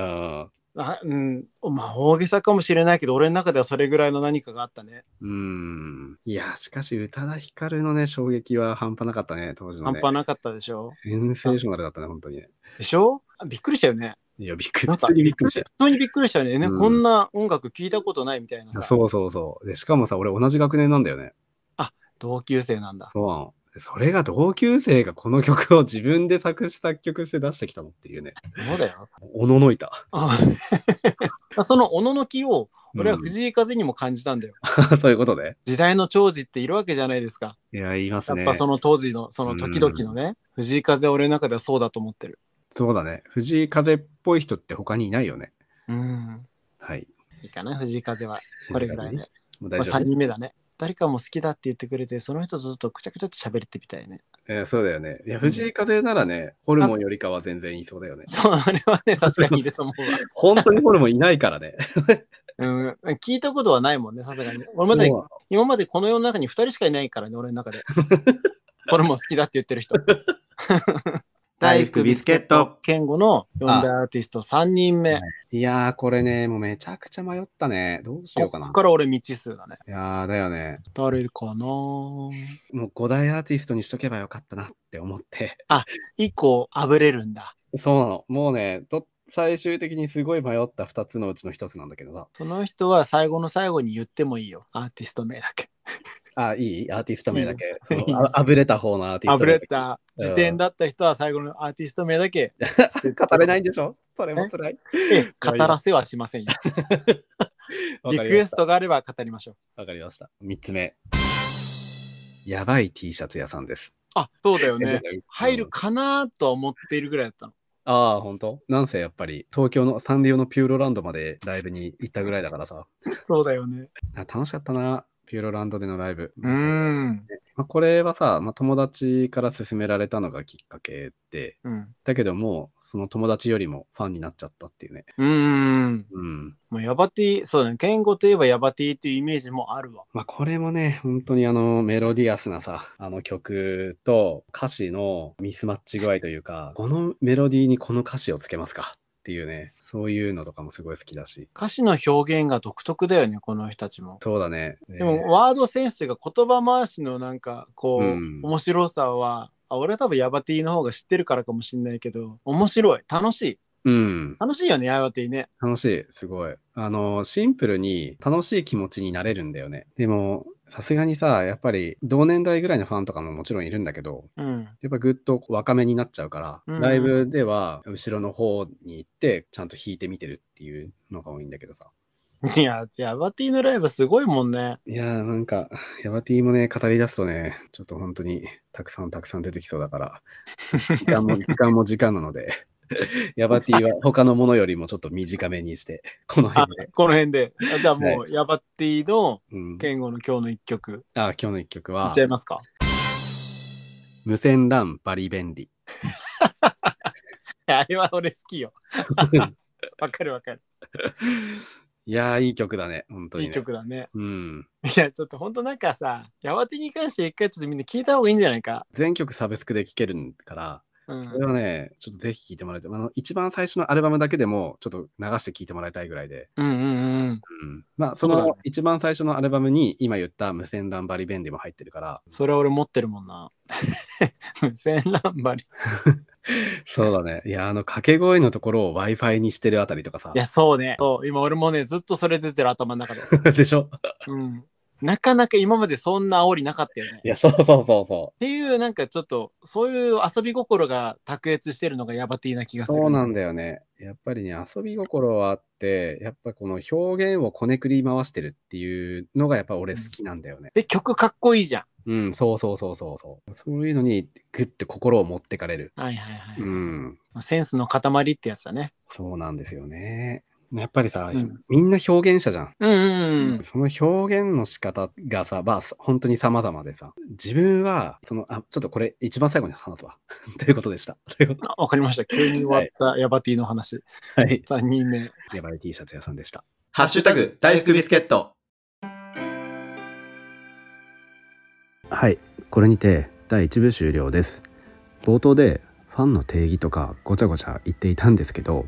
[SPEAKER 2] あうん、まあ大げさかもしれないけど俺の中ではそれぐらいの何かがあったね
[SPEAKER 1] うん。うん。いや、しかし、宇多田ヒカルのね、衝撃は半端なかったね、当時の
[SPEAKER 2] 半
[SPEAKER 1] ね。
[SPEAKER 2] 端なかったでしょ
[SPEAKER 1] センセーショナルだったね、本当にね。
[SPEAKER 2] でしょあびっくりしたよね
[SPEAKER 1] いや、びっくり。
[SPEAKER 2] なん
[SPEAKER 1] 普
[SPEAKER 2] か
[SPEAKER 1] 通にびっくりした
[SPEAKER 2] 普。通にびっくりしたよねね、
[SPEAKER 1] うん
[SPEAKER 2] こんな音楽聞いたことないみたいなさ
[SPEAKER 1] そうそうそう。で、しかもさ、俺同じ学年なんだよね。
[SPEAKER 2] 同級生なんだ
[SPEAKER 1] そうなの。でそれが同級生がこの曲を自分で作詞作曲して出してきたのっていうね。
[SPEAKER 2] そうだよ
[SPEAKER 1] おののいた。
[SPEAKER 2] あそのおののきを俺は
[SPEAKER 1] うん
[SPEAKER 2] 藤井風にも感じたんだよ、
[SPEAKER 1] そういうことね。
[SPEAKER 2] 時代の長寿っているわけじゃないですか
[SPEAKER 1] いや、言います
[SPEAKER 2] やっ
[SPEAKER 1] ね。
[SPEAKER 2] ぱその当時のその時々のね、藤井風は俺の中ではそうだと思ってる
[SPEAKER 1] そうだね。藤井風っぽい人って他にいないよね。
[SPEAKER 2] うん
[SPEAKER 1] はい。
[SPEAKER 2] いいかな藤井風はこれぐらいで
[SPEAKER 1] もう
[SPEAKER 2] ま
[SPEAKER 1] 大
[SPEAKER 2] あ、
[SPEAKER 1] 丈夫
[SPEAKER 2] 3。人目だね。誰かも好きだって言ってくれて、その人とずっとくちゃくちゃって喋ってみたいね。
[SPEAKER 1] えーそうだよね。いや、藤井風ならね、ホルモンよりかは全然いそうだよね。
[SPEAKER 2] そう、あれはね、確かにいると思うわ。
[SPEAKER 1] 本当にホルモンいないから ね。
[SPEAKER 2] うん、 聞いたことはないもんね、さすがに。俺まで、
[SPEAKER 1] そう
[SPEAKER 2] 今までこの世の中に2人しかいないからね、俺の 中で。これも好きだって言ってる人。
[SPEAKER 6] 大福ビスケット。
[SPEAKER 2] 健吾の呼んだアーティスト3人目。
[SPEAKER 1] はいいやー、これね、もうめちゃくちゃ迷ったね。どうしよ
[SPEAKER 2] こ
[SPEAKER 1] うかな
[SPEAKER 2] こ。から俺未知数だね。
[SPEAKER 1] いやー、だよね。
[SPEAKER 2] 誰かな
[SPEAKER 1] もう5大アーティストにしとけばよかったなって思って。
[SPEAKER 2] 以降、あぶれるんだ。
[SPEAKER 1] そうなの。もうね、ど最終的にすごい迷った2つのうちの1つなんだけどさ。
[SPEAKER 2] その人は最後の最後に言ってもいいよ。アーティスト名だけ。
[SPEAKER 1] あ、いいアーティスト名だけ。
[SPEAKER 2] いいよ
[SPEAKER 1] そうああぶれた方のアーティ
[SPEAKER 2] あ
[SPEAKER 1] スト
[SPEAKER 2] ぶ
[SPEAKER 1] 名だ
[SPEAKER 2] れ
[SPEAKER 1] け。
[SPEAKER 2] た時点だった人は最後のアーティスト名 だけ
[SPEAKER 1] 語れないんでしょそれも辛い。
[SPEAKER 2] ええ語らせはしませんよ。
[SPEAKER 1] わ
[SPEAKER 2] リ
[SPEAKER 1] か
[SPEAKER 2] ク
[SPEAKER 1] りま
[SPEAKER 2] エ
[SPEAKER 1] し
[SPEAKER 2] ス
[SPEAKER 1] た。
[SPEAKER 2] トがあれば語りましょう。
[SPEAKER 1] わかりました。3つ目。やばい T シャツ屋さんです。
[SPEAKER 2] あそうだよね。
[SPEAKER 1] うん
[SPEAKER 2] 入るかなとは思っているぐらいだったの。
[SPEAKER 1] ああ、本当なんせやっぱり東京のサンリオのピューロランドまでライブに行ったぐらいだからさ。
[SPEAKER 2] そうだよね。
[SPEAKER 1] あ楽しかったな、ピューロランドでのライブ。
[SPEAKER 2] うーん。
[SPEAKER 1] まあ、これはさ、まあ、友達から勧められたのがきっかけで、
[SPEAKER 2] うん。
[SPEAKER 1] だけどもう、その友達よりもファンになっちゃったっていうね。
[SPEAKER 2] うーん。
[SPEAKER 1] うん。
[SPEAKER 2] もうヤバティ、そうだね。言語といえばヤバティっていうイメージもあるわ。
[SPEAKER 1] まあ、これもね、本当にあの、メロディアスなさ、あの曲と歌詞のミスマッチ具合というか、このメロディーにこの歌詞をつけますかっていうね、そういうのとかもすごい好きだし。
[SPEAKER 2] 歌詞の表現が独特だよね、この人たちも。
[SPEAKER 1] そうだね。ね
[SPEAKER 2] でも、ワードセンスというか言葉回しのなんか、こう、
[SPEAKER 1] うん
[SPEAKER 2] 面白さはあ俺は多分ヤバティの方が知ってるからかもしんないけど、面白い。楽しい。
[SPEAKER 1] うん。
[SPEAKER 2] 楽しいよね、ヤバティね。
[SPEAKER 1] 楽しい。すごい。あの、シンプルに楽しい気持ちになれるんだよね。でも、さすがにさ、やっぱり同年代ぐらいのファンとかももちろんいるんだけど、
[SPEAKER 2] うん。
[SPEAKER 1] やっぱぐっと若めになっちゃうから、
[SPEAKER 2] うん
[SPEAKER 1] ライブでは後ろの方に行って、ちゃんと弾いてみてるっていうのが多いんだけどさ。
[SPEAKER 2] いや、ヤバティのライブすごいもんね。
[SPEAKER 1] いやーなんか、ヤバティもね、語り出すとね、ちょっと本当にたくさんたくさん出てきそうだから、時間 も時間も時間なので、ヤバティは他のものよりもちょっと短めにして、この
[SPEAKER 2] あ
[SPEAKER 1] 辺で。
[SPEAKER 2] この辺で。あじゃあもう、ヤバティの
[SPEAKER 1] うん、
[SPEAKER 2] 健吾の今日の一曲、
[SPEAKER 1] あ今日の一曲
[SPEAKER 2] いっ
[SPEAKER 1] は
[SPEAKER 2] ちゃい、ますか。
[SPEAKER 1] 無線 LAN バリ便 利。
[SPEAKER 2] いやあれは俺好きよ。わかるわかる。
[SPEAKER 1] いやーいい曲だね、本当
[SPEAKER 2] い
[SPEAKER 1] に、ね。
[SPEAKER 2] い曲だね。
[SPEAKER 1] うん。
[SPEAKER 2] いや、ちょっとほんとなんかさ、ヤバティに関して一回ちょっとみんな聞いた方がいいんじゃないか。
[SPEAKER 1] 全曲サブスクで聴けるから、
[SPEAKER 2] うん。
[SPEAKER 1] それはね、ちょっとぜひ聴いてもらいたい。あの一番最初のアルバムだけでも、ちょっと流して聴いてもらいたいぐらいで。
[SPEAKER 2] うんうんう
[SPEAKER 1] う
[SPEAKER 2] ん。
[SPEAKER 1] ん、まあ、
[SPEAKER 2] そ
[SPEAKER 1] そう
[SPEAKER 2] だね
[SPEAKER 1] の一番最初のアルバムに、今言った無線ランバリ便利も入ってるから、
[SPEAKER 2] それ俺持ってるもんな。無線ランバリ。
[SPEAKER 1] そうだね。いや、あの、掛け声のところを Wi-Fi にしてるあたりとかさ
[SPEAKER 2] い、や、そうね。そう、今俺もね、ずっとそれ出てる頭の中 で。
[SPEAKER 1] でしょ
[SPEAKER 2] うん。なかなか今までそんな煽りなかったよね。
[SPEAKER 1] いや、そうそうそうそ
[SPEAKER 2] っていう、なんかちょっと、そういう遊び心が卓越してるのがヤバティな気が
[SPEAKER 1] う。
[SPEAKER 2] する。
[SPEAKER 1] そうなんだよね。やっぱりね、遊び心はあって、やっぱこの表現をこねくり回してるっていうのが、やっぱ俺好きなんだよね。
[SPEAKER 2] で、曲かっこいいじゃ
[SPEAKER 1] うん、そうそうそうそうそう。そういうのに、ぐって心を持ってかれる。
[SPEAKER 2] ん。はいはいはい。
[SPEAKER 1] うん。
[SPEAKER 2] まあセンスの塊ってやつだね。
[SPEAKER 1] そうなんですよね。やっぱりさ、
[SPEAKER 2] うん
[SPEAKER 1] みんな表現者じゃん。
[SPEAKER 2] うんうんうん。
[SPEAKER 1] その表現の仕方がさ、まあ、本当に様々でさ、自分は、その、あ、ちょっとこれ一番最後に話すわ。 ということでした。というこ
[SPEAKER 2] あわかりました。急に終わったヤバティの話。
[SPEAKER 1] とで。はい。
[SPEAKER 2] 3人目。
[SPEAKER 1] やばい T シャツ屋さんでした。
[SPEAKER 7] ハッシュタグ、大福ビスケット。
[SPEAKER 1] はい、これにて第1部終了です。冒頭でファンの定義とかごちゃごちゃ言っていたんですけど、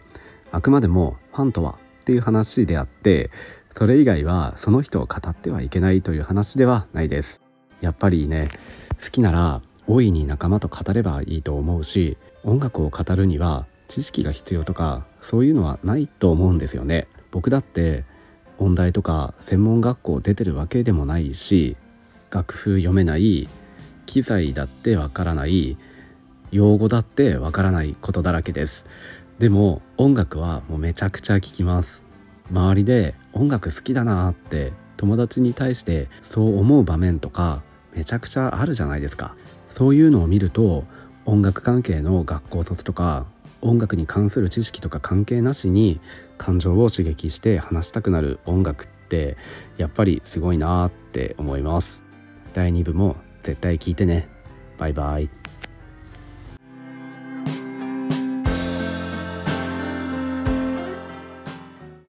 [SPEAKER 1] あくまでもファンとはっていう話であって、それ以外はその人を語ってはいけないという話ではないです。やっぱりね、好きなら大いに仲間と語ればいいと思うし、音楽を語るには知識が必要とかそういうのはないと思うんですよね。僕だって音大とか専門学校出てるわけでもないし、楽譜読めない機材だってわからない用語だってわからないことだらけですでも音楽はもうめちゃくちゃ聴きます周りで音楽好きだなーって友達に対してそう思う場面とかめちゃくちゃあるじゃないですかそういうのを見ると音楽関係の学校卒とか音楽に関する知識とか関係なしに感情を刺激して話したくなる音楽ってやっぱりすごいなーって思います第2部も絶対聞いてねバイバイ